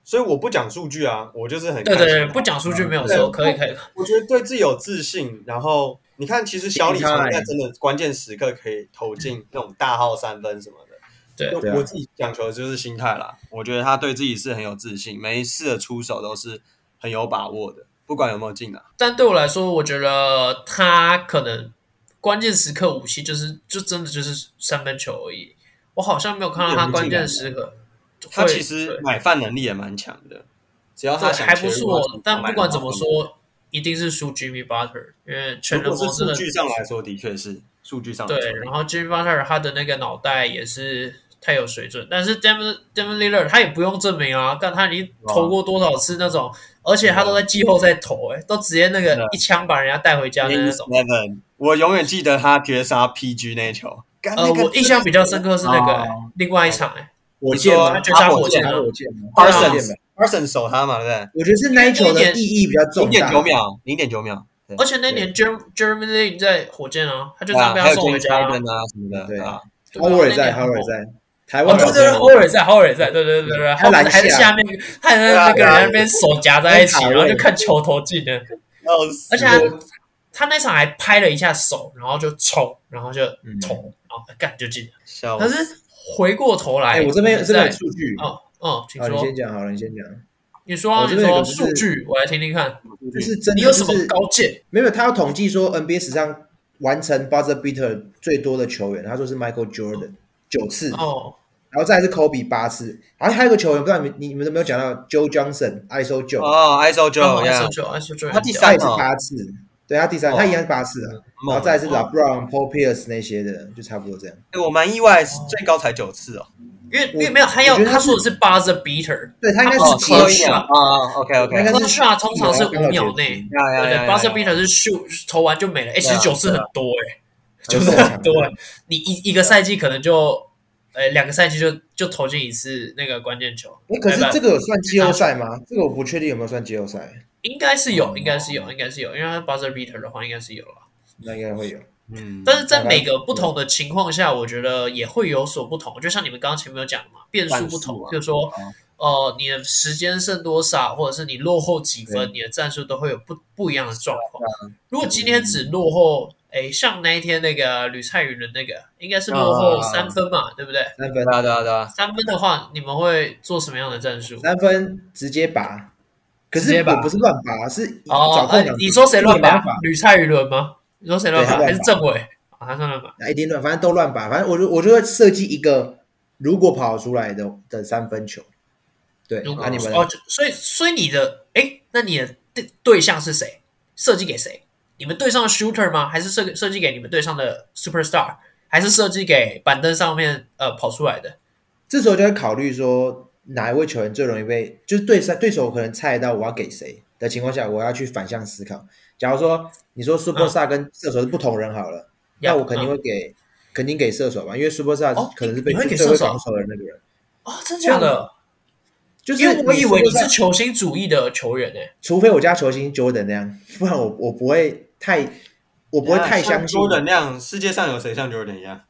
B: 所以我不讲数据啊，我就是很
A: 对对
B: 看心
A: 对，
B: 态
A: 不讲数据没有
B: 对
A: 错，可以可以。
B: 我觉得对自己有自信，然后你看，其实小李
C: 心态
B: 常在真的关键时刻可以投进那种大号三分什么的。
A: 对
B: 就
C: 对啊
B: 我自己讲求的就是心态啦。我觉得他对自己是很有自信，每一次的出手都是很有把握的，不管有没有进啊。
A: 但对我来说，我觉得他可能关键时刻武器就是就真的就是三分球而已。我好像没有看到他关键时刻会。
B: 他其实
A: 对
B: 买饭能力也蛮强的，只要他
A: 对
B: 想
A: 还
B: 切
A: 不
B: 入
A: 错，但不管怎么，
B: 他
A: 说，一定是输 Jimmy Butler，因为
B: 就
A: 全
B: 买
A: 联
B: 得到如
A: 盟
B: 果是
A: 真
B: 数
A: 的
B: 据上来说，的确是数据上来说
A: 对，然后 Jimmy Butler 他的那个脑袋也是太有水准，但是 Demon Demon Lillard 他也不用证明啊，但他已经投过多少次那种，而且
B: 啊
A: 他都在季后赛投、欸，哎，都直接那
B: 对
A: 个一枪把人家带回家的那种。
B: Eleven，我永远记得他绝杀 PG 那一球。干
A: 呃，
B: 那个
A: 我印象比较深刻是那个、
B: 啊
A: 欸
C: 哦
A: 另外一场、欸，哎，
C: 火
B: 你
C: 箭
B: 说
C: 吗
A: 他？绝杀火箭
B: 他
A: 啊
C: 他，火箭吗？
A: 对啊
B: Parsons Parsons 守他嘛，对不对？
C: 我觉得是那一球的意义比较
B: 零
C: 重
B: 点
C: 大。
B: 九秒，零点九秒，对
A: 而且那年 Jer Jeremy Lin 在火箭啊，他就这
B: 对啊
A: 样被
B: 还
A: 他
B: 有
A: 送回
B: James
A: 家、啊。
B: Harden 啊什么的，
C: 对
B: 啊，
A: 对啊
C: h o w a r d 在 h
A: 那
C: o w
A: 年
C: a r d 在台
A: 哦，
C: 湾
A: 对
C: 好
A: 对对
C: 像
A: ，Howard 也在，Howard 也在，对对对对
C: 他篮
A: ，Howard
C: 下
A: 还在下面，还在那个
B: 对啊
A: 人那边手夹在一起，
C: 对啊
A: 然后就看球投进的。
B: 笑死
A: 而且他他那场还拍了一下手，然后就冲，然后就
C: 嗯
A: 投，然后干就进了。
B: 笑
A: 可
B: 死，
A: 是回过头来，
C: 哎，我这边有这边
A: 在
C: 有数据，好，
A: 哦哦，请
C: 你
A: 说，
C: 先讲，好了，你先讲。
B: 嗯
A: 你说啊
C: 我
A: 你
C: 这边有
A: 说
C: 个
A: 数
C: 就是
A: 据，我来听听看，
C: 这是真的，
A: 你有什么
C: 就是
A: 高见？
C: 没有，他要统计说 NBA 史上完成 buzzer beater 最多的球员，他说是 Michael Jordan 九次，
A: 哦，
C: 然后再来是 Kobe 八次，然后还有一个球员，不知道你们你你们有没有讲到 Joe Johnson ISO Joe，
B: 哦，ISO
A: 哦
B: Joe
A: 还是
B: yeah，
A: 就还是就
B: 他第三
C: 他也是
B: 哦
C: 八次，对他第三，
B: 哦
C: 他一样是八次啊，然
B: 猛
C: 后再来是
A: 哦
C: LeBron、Paul Pierce 那些的，就差不多这样。
B: 哎我蛮意外，最高才九次哦，
A: 因为因
C: 我
A: 为没有，他要
C: 我觉得
A: 他
C: 他是
A: 说的是 buzzer beater，
C: 对他应该
A: 他
C: 是
A: 不是
C: 结
A: clutch
C: 束，
A: 啊
B: 啊啊，OK
C: 他应
B: OK，
C: 该是
A: clutch 啊通常是
C: 刚好
A: 五秒
C: 结束
A: 内
B: 呀
A: 对
B: 呀
A: 对
B: 呀
A: ，buzzer
B: 呀
A: beater 是 shoot 投完就没了，哎，
B: 对
A: 十
B: 啊
A: 九次
B: 对
A: 很
B: 啊
A: 多哎，
C: 就
A: 就是
C: 是啊
A: 很多哎，你一一个赛季可能就。哎，两个赛季就就投进一次那个关键球，
C: 哎，可是
A: 拜拜
C: 这个有算季后赛吗？这个我不确定有没有算季后赛，
A: 应该是有，应该是有，应该是有，因为他 buzzer beater 的话，应该是有了。
C: 那应该会有。
B: 嗯，
A: 但是在每个不同的情况下，我觉得也会有所不同。就像你们刚刚前面有讲的嘛，变数不
B: 战术
A: 同，
B: 啊
A: 就是说，呃，你的时间剩多少，或者是你落后几分，你的战术都会有不不一样的状况。
B: 啊
A: 如果今天只落后，哎，像那一天那个吕菜云的那个，应该是落后
B: 啊
A: 三分嘛，对不对？
C: 三分
B: 对，啊对啊对啊，
A: 三分的话，你们会做什么样的战术？
C: 三分直接拔，可
A: 直
C: 是
A: 接拔
C: 我不是乱拔，是找
A: 哦，
C: 空
A: 呃
C: 档
A: 你说谁乱
C: 没
A: 吧
C: 办法？
A: 吕蔡宇伦吗？你说谁乱吧？
C: 对他乱拔
A: 还是政委？啊，他算乱吧？
C: 啊，一定乱，反正都乱拔，反正我就我就会设计一个如果跑出来的的三分球，对，
A: 如果哦
C: 啊你们
A: 哦，就所以所以你的哎，那你的对对象是谁？设计给谁？你们队上的 shooter 吗？还是设设计给你们队上的 superstar？还是设计给板凳上面呃跑出来的？
C: 这时候就会考虑说哪一位球员最容易被，就是对手对手可能猜得到我要给谁的情况下，我要去反向思考。假如说
A: 嗯
C: 你说 superstar 跟射手是不同人好了，那我肯定会给肯定给射手吧，因为 superstar
A: 哦
C: 可能是被
A: 你会给
C: 最
A: 射
C: 会
A: 手
C: 防守的那个人。
A: 哦，真假的？
C: 就是
A: 因为我以为你
C: 你
A: 是
C: superstar
A: 球星主义的球员呢、
C: 除非我家球星 Jordan 那样，不然我我不会太，我不会太相信。
B: Jordan 那样，世界上有谁像 Jordan 一样？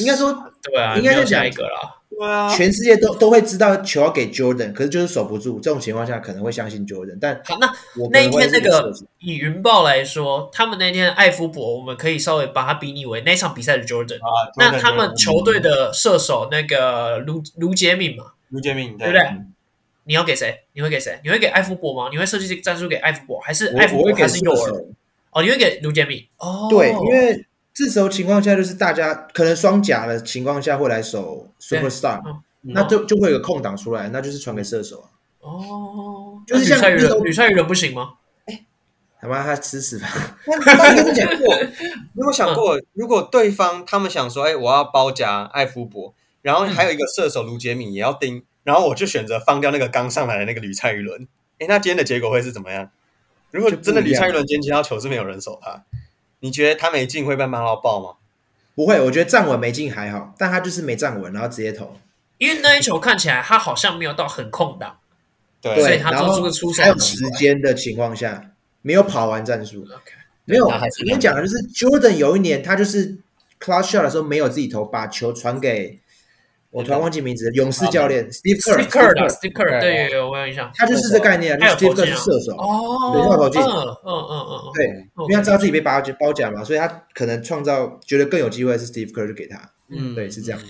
C: 应该说，
A: 对啊，
C: 应该
A: 没有
C: 是讲
A: 下一个啦。
B: 对啊，
C: 全世界都都会知道球要给 Jordan，可是就是守不住。这种情况下可能会相信 Jordan，但
A: 好，那
C: 我可
A: 那一
C: 能会
A: 天那
C: 是
A: 个
C: 射手
A: 以云豹来说，他们那天艾夫伯，我们可以稍微把他比拟为那场比赛的 Jordan。
B: 啊，
A: 那他们球队的射手那个卢卢杰敏嘛，
B: 卢杰明，
A: 对不对？
C: 嗯
A: 你要给谁？你会给谁？你会给艾夫伯吗？你会设计战术给艾夫伯，还是艾
C: 我
A: 夫
C: 我会
A: 伯
C: 给
A: 还
C: 射
A: 是诱饵？
C: 手。
A: 哦，你会给卢杰敏？哦，
C: 对，因为这时候情况下就是大家可能双甲的情况下会来守 Superstar，
A: 嗯
C: 那就就会有个空档出来，那就是传给射手啊。
A: 哦，
C: 就是
A: 那
C: 像
A: 吕赛
C: 那时
A: 人，
C: 候
A: 吕赛人不行吗？
C: 他妈他吃屎吧！ [laughs]
B: 那你有没有想
A: [laughs]
B: 过？你有没有想过，
A: 嗯
B: 如果对方他们想说，哎，我要包夹艾夫伯，然
A: 嗯
B: 后还有一个射手卢杰敏也要盯，然后我就选择放掉那个刚上来的那个吕蔡宇伦，哎，那今天的结果会是怎么样？如果真的吕
C: 啊
B: 蔡宇伦今天接到球是没有人守他，你觉得他没进会被骂到爆吗？
C: 不会，我觉得站稳没进还好，但他就是没站稳，然后直接投。
A: 因为那一球看起来他好像没有到很空档，所
B: 对
A: 以
C: 对，
A: 他
C: 然
A: 做
C: 后
A: 出个出手
C: 还有
A: 很奇
C: 时
A: 怪
C: 间的情况下，没有跑完战术
A: OK，
C: 没有。
B: 那还是
C: 我跟你讲啊的就是 Jordan 有一年他就是 clutch shot 的时候没有自己投，把球传给我突然忘记名字，勇士教练 Steve
A: 啊 Steve Kerr 的
C: Kerr，
A: Steve Kerr，对，有有我有印象。
C: 他就是这概念，就
A: 他
C: 是
A: 有
C: Steve
A: 投进
C: Kerr 是
A: 啊
C: 射手，
A: 哦，
C: 对他有投进
A: 嗯嗯嗯嗯嗯，
C: 对，因为他知道自己被包夹包夹嘛，所以他可能创造觉得更有机会是 Steve Kerr 就给他，
B: 嗯
C: 对，是这样。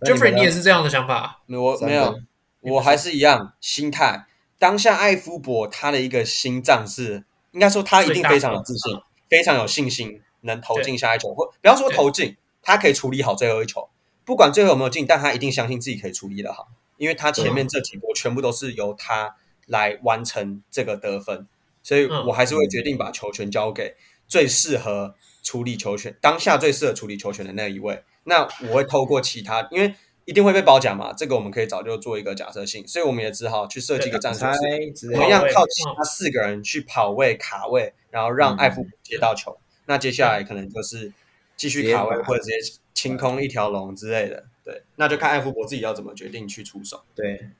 A: Jeffrey，你也
C: 是
A: 是这样的想法？
B: 我
C: 三
B: 没有
C: 分，
B: 我还是一样心态。当下艾夫伯他的一个心脏是，应该说他一定非常有自信，非常有信心能投进下一球，或不要说投进，他可以处理好最后一球，不管最后有没有进，但他一定相信自己可以处理的好，因为他前面这几波全部都是由他来完成这个得分，所以
A: 嗯
B: 我还是会决定把球权交给最适合处理球权当下最适合处理球权的那一位。那我会透过其他，因为一定会被包夹嘛，这个我们可以早就做一个假设性，所以我们也只好去设计一个战术
C: 猜
B: 是
C: 之类
B: 怎
C: 的
B: 么样
A: 跑位
B: 靠其他四个人去跑位、卡位，然后让
C: 嗯
B: 艾弗接到球。那接下来可能就是继续卡位，或者直接清空一条龙之类的。对，那就看艾弗伯自己要怎么决定去出手。
C: 对。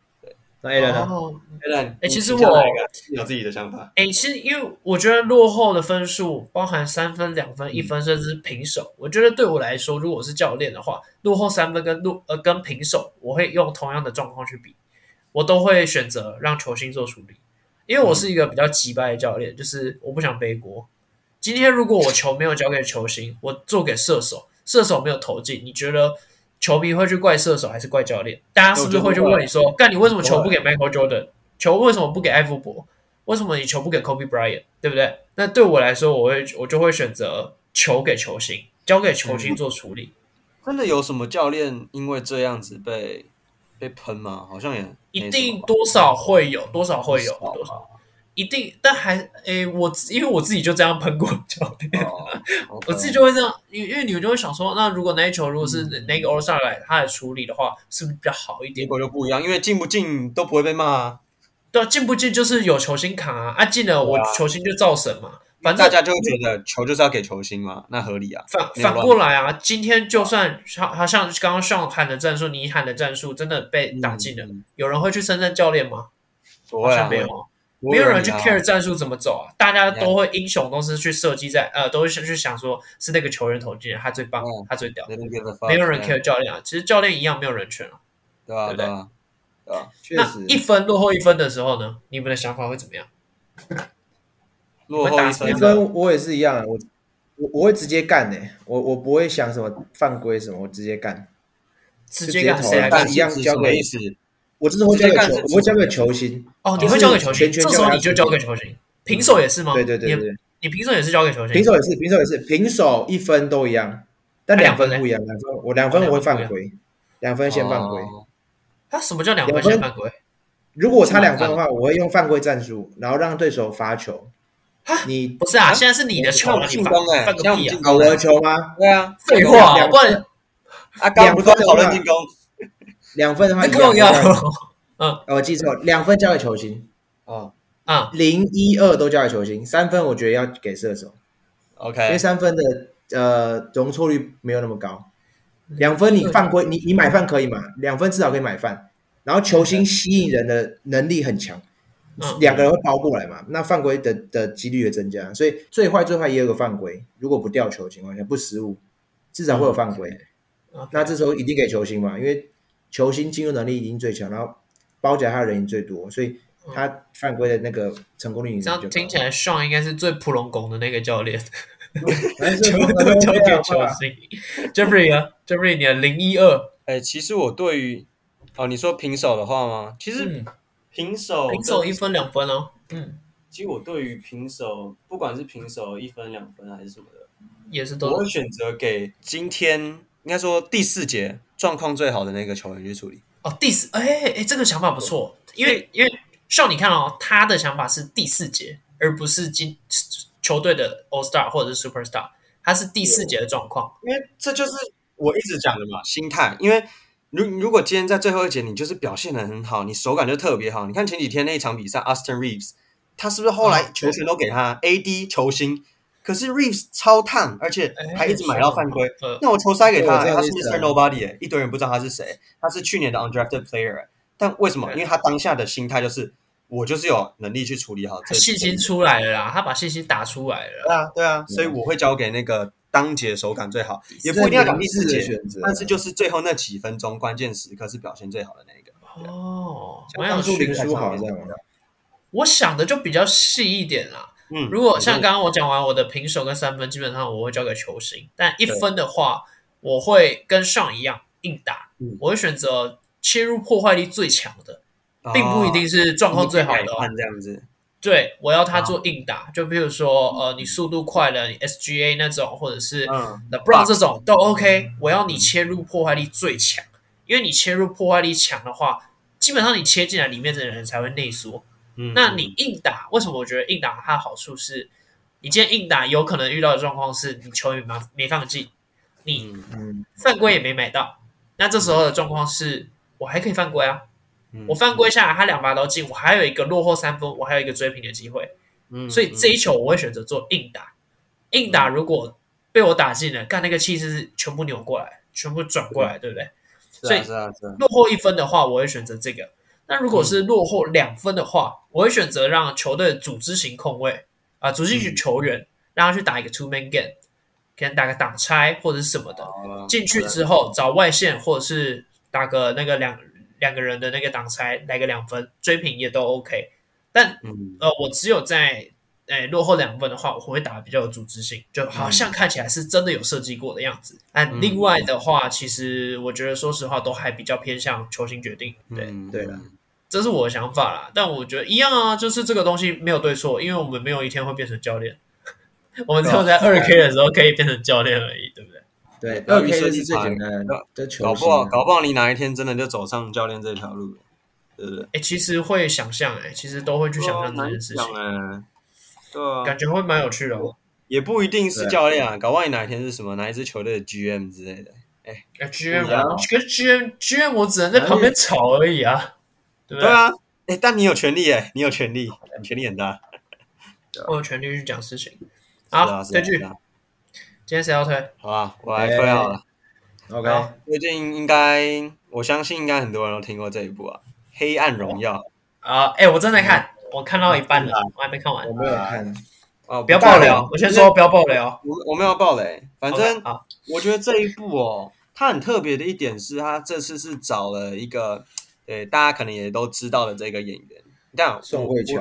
C: 那 A 人呢？
A: 哦，
B: 哎
A: 哎其实我
B: 有自己的想法，
A: 哎，其实因为我觉得落后的分数包含三分、两分、一分，甚至是平手。我觉得对我来说，如果我是教练的话，落后三分跟落呃跟平手，我会用同样的状况去比，我都会选择让球星做处理，因为我是一个比较急败的教练，就是我不想背锅。今天如果我球没有交给球星，我做给射手，射手没有投进，你觉得球迷会去怪射手还是怪教练？大家是不是会去问你说，哦干你为什么
B: 哦
A: 球不给 Michael Jordan，球为什么不给艾弗伯，为什么你球不给 Kobe Bryant，对不对？那对我来说，我会我就会选择球给球星，交给球
B: 嗯
A: 星做处理，
B: 真的有什么教练因为这样子被被喷吗？好像也
A: 一
B: 没什
A: 定
B: 么吧
A: 多少会有，多少会有，
B: 多少吧
A: 多少一定，但还诶，我因为我自己就这样喷过教练，
B: 哦 OK
A: [laughs] 我自己就会这样，因为因为你们就会想说，那如果那一球如果是那个 All Star 来他来处理的话，是不是比较好一
B: 结
A: 点？
B: 嗯果就不一样，因为进不进都不会被骂啊，
A: 对啊，进不进就是有球星扛啊，啊进了我
B: 对啊
A: 球星就造神嘛，反正
B: 大家就会觉得球就是要给球星嘛，那合理啊。
A: 反
B: 没有
A: 反过来啊，今天就算好，好像刚刚上喊的战术，你喊的战术真的被
C: 嗯
A: 打进了，有人会去称赞教练吗？
B: 嗯不
A: 好
B: 会啊，
A: 像没有啊，
B: 不会
A: 没
B: 有
A: 有人去
B: 啊
A: care 战术怎么走啊，大家都会英雄都是去设计在呃，都是去想说是那个球员投进的，他最棒
B: 嗯，
A: 他最屌，
B: They don't give a fuck，
A: 没有人
B: 对
A: care 教练啊，其实教练一样没有人权啊。
B: 对吧？
A: 对不
B: 对
A: 对
B: 吧？对吧？
C: 确
A: 那一
C: 实，
A: 分落后一分的时候呢，你们的想法会怎么样？
B: 落
A: 你们
B: 后
A: 打
B: 一
A: 什么
B: 分
C: 一
A: 样
B: 的，
C: 分我也是一样，啊我我我会直接干诶，我我不会想什么犯规什么，我直接干。
A: 直
C: 就
A: 接
C: 直接
A: 干
C: 投
A: 谁
C: 了
A: 来
C: 但
A: 干
B: 是？
C: 一样
B: 是
C: 交
B: 什么
C: 给
B: 意思？
C: 我就是会交
B: 直
C: 给
B: 接干是，
C: 球我会交给球星。
A: 哦，你
C: 就
A: 会
C: 是
A: 交给球星，
C: 全权
A: 这
C: 交
A: 时候
C: 给
A: 你就
C: 他
A: 交给球星。平手也是吗？
C: 对对对
A: 哦你
C: 对，
A: 你平手也是交给球星。
C: 平手也是，平手也是，平手一分都一样，但
A: 那
C: 两
A: 两分
C: 分
A: 嘞
C: 不一样，两分我两分
A: 哦
C: 我
A: 两
C: 会
A: 分
C: 犯
A: 不
C: 规，两分先犯规。
B: 哦
A: 他什么叫两分
C: 两分
A: 先犯规？
C: 如果我差两分的话，我会用犯规战术，然后让对手罚球，你
A: 不是啊，现在是你的球了，你
B: 进
A: 犯
B: 攻哎，
A: 犯
B: 现在
A: 个
B: 我们
A: 屁啊
B: 进！
C: 好
B: 攻
C: 我
B: 了
C: 的，球吗？
B: 对啊，
A: 废话
C: 两，
A: 不然
B: 啊，刚刚不是在讨论进攻
C: 两分的话
A: 那
C: 一
A: 靠
C: 样
A: 腰。
C: 哦，我记错，两分交给球星，
B: 哦
A: 啊！
C: 零一二都交给球星，三分我觉得要给射手，因为
B: ，OK，
C: 三分的呃容错率没有那么高。
A: 嗯
C: 两分你犯规，你你买饭可以嘛？两分至少可以买饭。然后球星吸引人的能力很强，
A: 嗯
C: 两个人会包过来嘛？那犯规的的几率也增加，所以最坏最坏也有个犯规，如果不掉球的情况下不失误，至少会有犯规。
A: 嗯 OK
C: 那这时候一定给球星嘛，因为球星进入能力已经最强，然后包夹他的人也最多，所以他犯规的那个成功率
A: 嗯这
B: 啊
A: 样听起
C: 来，
A: 来，Sean 应该是最普龙拱的那个教
B: [laughs]
A: 练，
C: 反正
A: 全
C: 就
A: 部
C: 是
A: 都交给球
C: 球
A: 星。Jeffrey 呢？Jeffrey，你的零一二，
B: 哎，其实我对于哦，你说平手的话吗？其实
A: 嗯，
B: 平手，
A: 平手一分两分哦。嗯，
B: 其实我对于平手，不管是平手一分、两分还是什么的，
A: 也是
B: 我
A: 都
B: 会选择给今天应该说第四节状况最好的那个球员去处理。
A: 哦，第四，哎哎，这个想法不错，因为因为 Sean，你看哦，他的想法是第四节，而不是今球队的 All Star 或者是 Super Star，他是第四节的状况。
B: 因为这就是我一直讲的嘛，心态。因为如如果今天在最后一节你就是表现的很好，你手感就特别好。你看前几天那一场比赛，Austin Reeves，他是不是后来
A: 啊
B: 球权都给他、AD 球星？可是 Reeves 超烫，而且还一直买到犯规。
A: 呃，
B: 那我球塞给他、
C: 对我知道
B: 他是
C: 这意
B: Mr.
C: 思啊
B: Nobody，、欸、一堆人不知道他是谁，他是去年的 undrafted player、欸。但为什么？
A: 对
B: 因为他当下的心态就是，我就是有能力去处理好
A: 他
B: 这。
A: 信心出来了啦，他把信心打出来了啦。
B: 对啊，对啊，所以我会交给那个当节手感最好，也不一定要讲第四
C: 的
B: 节，
C: 选择，啊
B: 但是就是最后那几分钟关键时刻是表现最好的那一个。
A: 哦，
B: 像
A: 蛮有
C: 当初
A: 趣
C: 林
A: 的。
C: 书豪这样嘛，
A: 我想的就比较细一点啦。
B: 嗯，
A: 如果像刚刚我讲完我的平手跟三分，基本上我会交给球星，但一分的话，我会跟上一样硬打，
B: 嗯
A: 我会选择切入破坏力最强的，并不一
B: 哦
A: 定是状
B: 状
A: 况最好的哦。
B: 这样子。
A: 对，我
B: 啊
A: 要他做硬打，就比如说呃，你速度快了，你 SGA 那种，或者是
B: 嗯，
A: 那 Brown 这种都 OK，我要你切入破坏力最强，因为你切入破坏力强的话，基本上你切进来里面的人才会内缩。
B: 嗯
A: 那你硬打，为什么我觉得硬打它的好处是，你今天硬打有可能遇到的状况是你球也没没放进，你
B: 嗯
C: 嗯，
A: 犯规也没买到，那这时候的状况是我还可以犯规啊，
B: 嗯
A: 我犯规下来他两罚都进，我还有一个落后三分，我还有一个追平的机会。
B: 嗯
A: 所以这一球我会选择做硬打。硬打如果被我打进了，干那个气势是全部扭过来，全部转过
B: 嗯
A: 来，对不对？
B: 是
A: 所
B: 啊
A: 以
B: 是啊是啊，
A: 落后一分的话，我会选择这个。那如果是落后两分的话，我会选择让球队的组织型控卫啊、组织型球员，让他去打一个 two man game，可能打个挡拆或者是什么的。
B: 好了
A: 进去之后找外线或者是打个那个两两个人的那个挡拆，来个两分追平也都 OK。但
B: 嗯
A: 呃，我只有在诶、落后两分的话，我会打得比较有组织性，就好像看起来是真的有设计过的样子。但
B: 嗯
A: 另外的话，其实我觉得说实话，都还比较偏向球星决定。对，
B: 嗯
C: 对啊了
A: 这是我的想法啦。但我觉得一样啊，就是这个东西没有对错，因为我们没有一天会变成教练， [laughs] 我们只有在
B: 啊
A: 二 K 的时候可以变成教练而已，对不对？
C: 对，
B: 不
C: 二
B: 要
C: K
B: 预设
C: 是
B: 立
C: 最
B: 场
C: 简单的，这球
B: 搞
C: 星
B: 不好
C: 啊
B: 搞不好你哪一天真的就走上教练这条路了，对不对？
A: 哎，其实会想象，哎，其实都会去想象这件事情，
B: 哎，对啊，
A: 感觉会蛮有趣的、哦。
B: 也不一定是教练啊，搞不好你哪一天是什么哪一支球队的 GM 之类的。
A: 哎，GM，
B: 不一样
A: 我可是 GM，GM 我只能在旁边
B: 哎
A: 吵而已啊，对不
B: 对啊，哎，但你有权利哎，你有权利，你权利很大。
A: 我有权哦利去讲事情。
B: 是
A: 好，
B: 啊
A: 推剧
B: 是啊，
A: 今天谁要推？
B: 好啊，我来推好了。
C: OK，
A: 好
B: 最近应该，我相信应该很多人都听过这一部啊，《黑暗荣耀》
A: 啊，哎，我正在看，我看到一半
B: 嗯
A: 了，我还没看完
C: 我。没有看，
B: 哦，
A: 不要爆料，我先说不要爆料。
B: 我我没有爆雷，反正
A: OK，好，
B: 我觉得这一部哦，它很特别的一点是，它这次是找了一个，对大家可能也都知道的这个演员，但
C: 宋慧乔，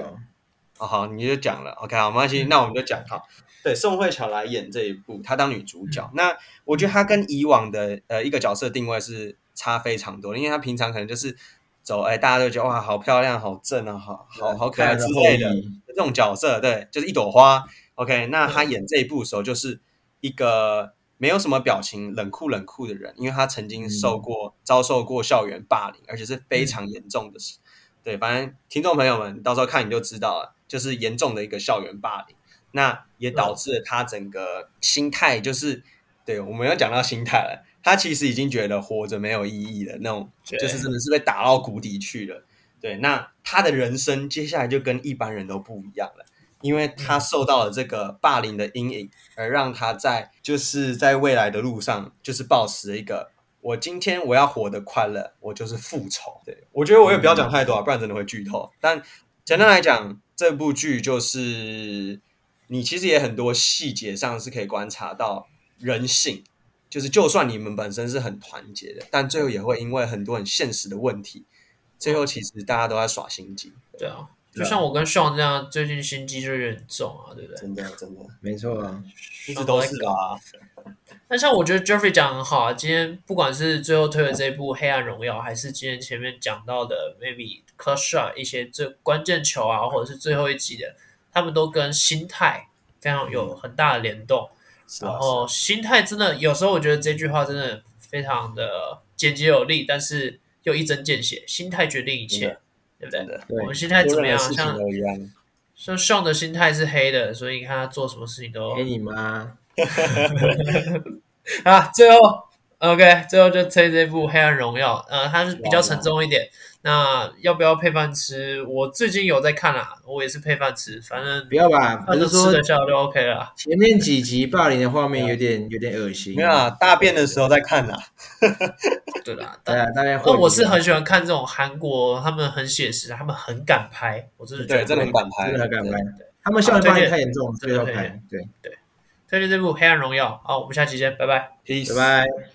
B: 哦，好，你就讲了，OK，好，没关系，那我们就讲好。对，宋慧乔来演这一部，她当女主
C: 嗯
B: 角。那我觉得她跟以往的呃一个角色定位是差非常多的，因为她平常可能就是走，哎，大家都觉得哇，好漂亮，好正啊，好好好可爱之类的这种角色，对，就是一朵花。OK，那她演这一部的时候，就是一个没有什么表情、冷酷冷酷的人，因为她曾经受过、遭受过校园霸凌，而且是非常严重的事。对，反正听众朋友们到时候看你就知道了，就是严重的一个校园霸凌。那也导致了他整个心态就是，对我们要讲到心态了，他其实已经觉得活着没有意义了，那种
A: 对
B: 就是真的是被打到谷底去了。对，那他的人生接下来就跟一般人都不一样了，因为他受到了这个霸凌的阴影，而让他在就是在未来的路上，就是保持一个我今天我要活得快乐，我就是复仇。对我觉得我也不要讲太多啊，不然真的会剧透。但简单来讲，这部剧就是你其实也很多细节上是可以观察到人性，就是就算你们本身是很团结的，但最后也会因为很多很现实的问题，最后其实大家都在耍心机。
A: 对啊，就像我跟 Sean 这样，最近心机就有点重啊，对不对？
B: 真的，真的，
C: 没错啊，
B: 一直都是啊吧。
A: 但像我觉得 Jeffrey 讲得很好啊，今天不管是最后推的这一部《黑暗荣耀》，还是今天前面讲到的 maybe clutch shot 一些最关键球啊，或者是最后一集的，他们都跟心态非常有很大的联动。
B: 是啊
A: 然后心态真的有时候我觉得这句话真的非常的简洁有力，但是又一针见血，心态决定一切，对不
B: 真
A: 对？
B: 的，
C: 对
A: 我们心态怎么样？
B: 做任何事情
A: 像
B: 都一样。
A: 像 Sean 的心态是黑的，所以你看他做什么事情
B: 哦
A: 都
C: 给你妈，
A: 啊，最后 OK，最后就推这部《黑暗荣耀》，呃，它是比较沉重一点。那要不要配饭吃？我最近有在看啦，我也是配饭吃，反正
C: 不要吧，我
A: 反
C: 是
A: 正吃
C: 说
A: 得下就 OK 了。
C: 前面几集霸凌的画面有点有点恶心，
B: 啊没有啊，大便的时候再看啊啦。
A: 对啦，
B: 哎
C: 对
A: 但
C: 啊，大家
A: 但
C: 会
A: 哦我是很喜欢看这种韩国，他们很写实，他们很敢拍，我真的觉
B: 对，
A: 得
B: 真的很敢拍，
C: 真的很敢拍，他们校园
A: 啊
C: 霸凌太严重，所以要
A: 对对
C: 拍，对，
A: 推荐这部《黑暗荣耀》好，我们下期见，拜拜。
B: Peace
C: 拜拜。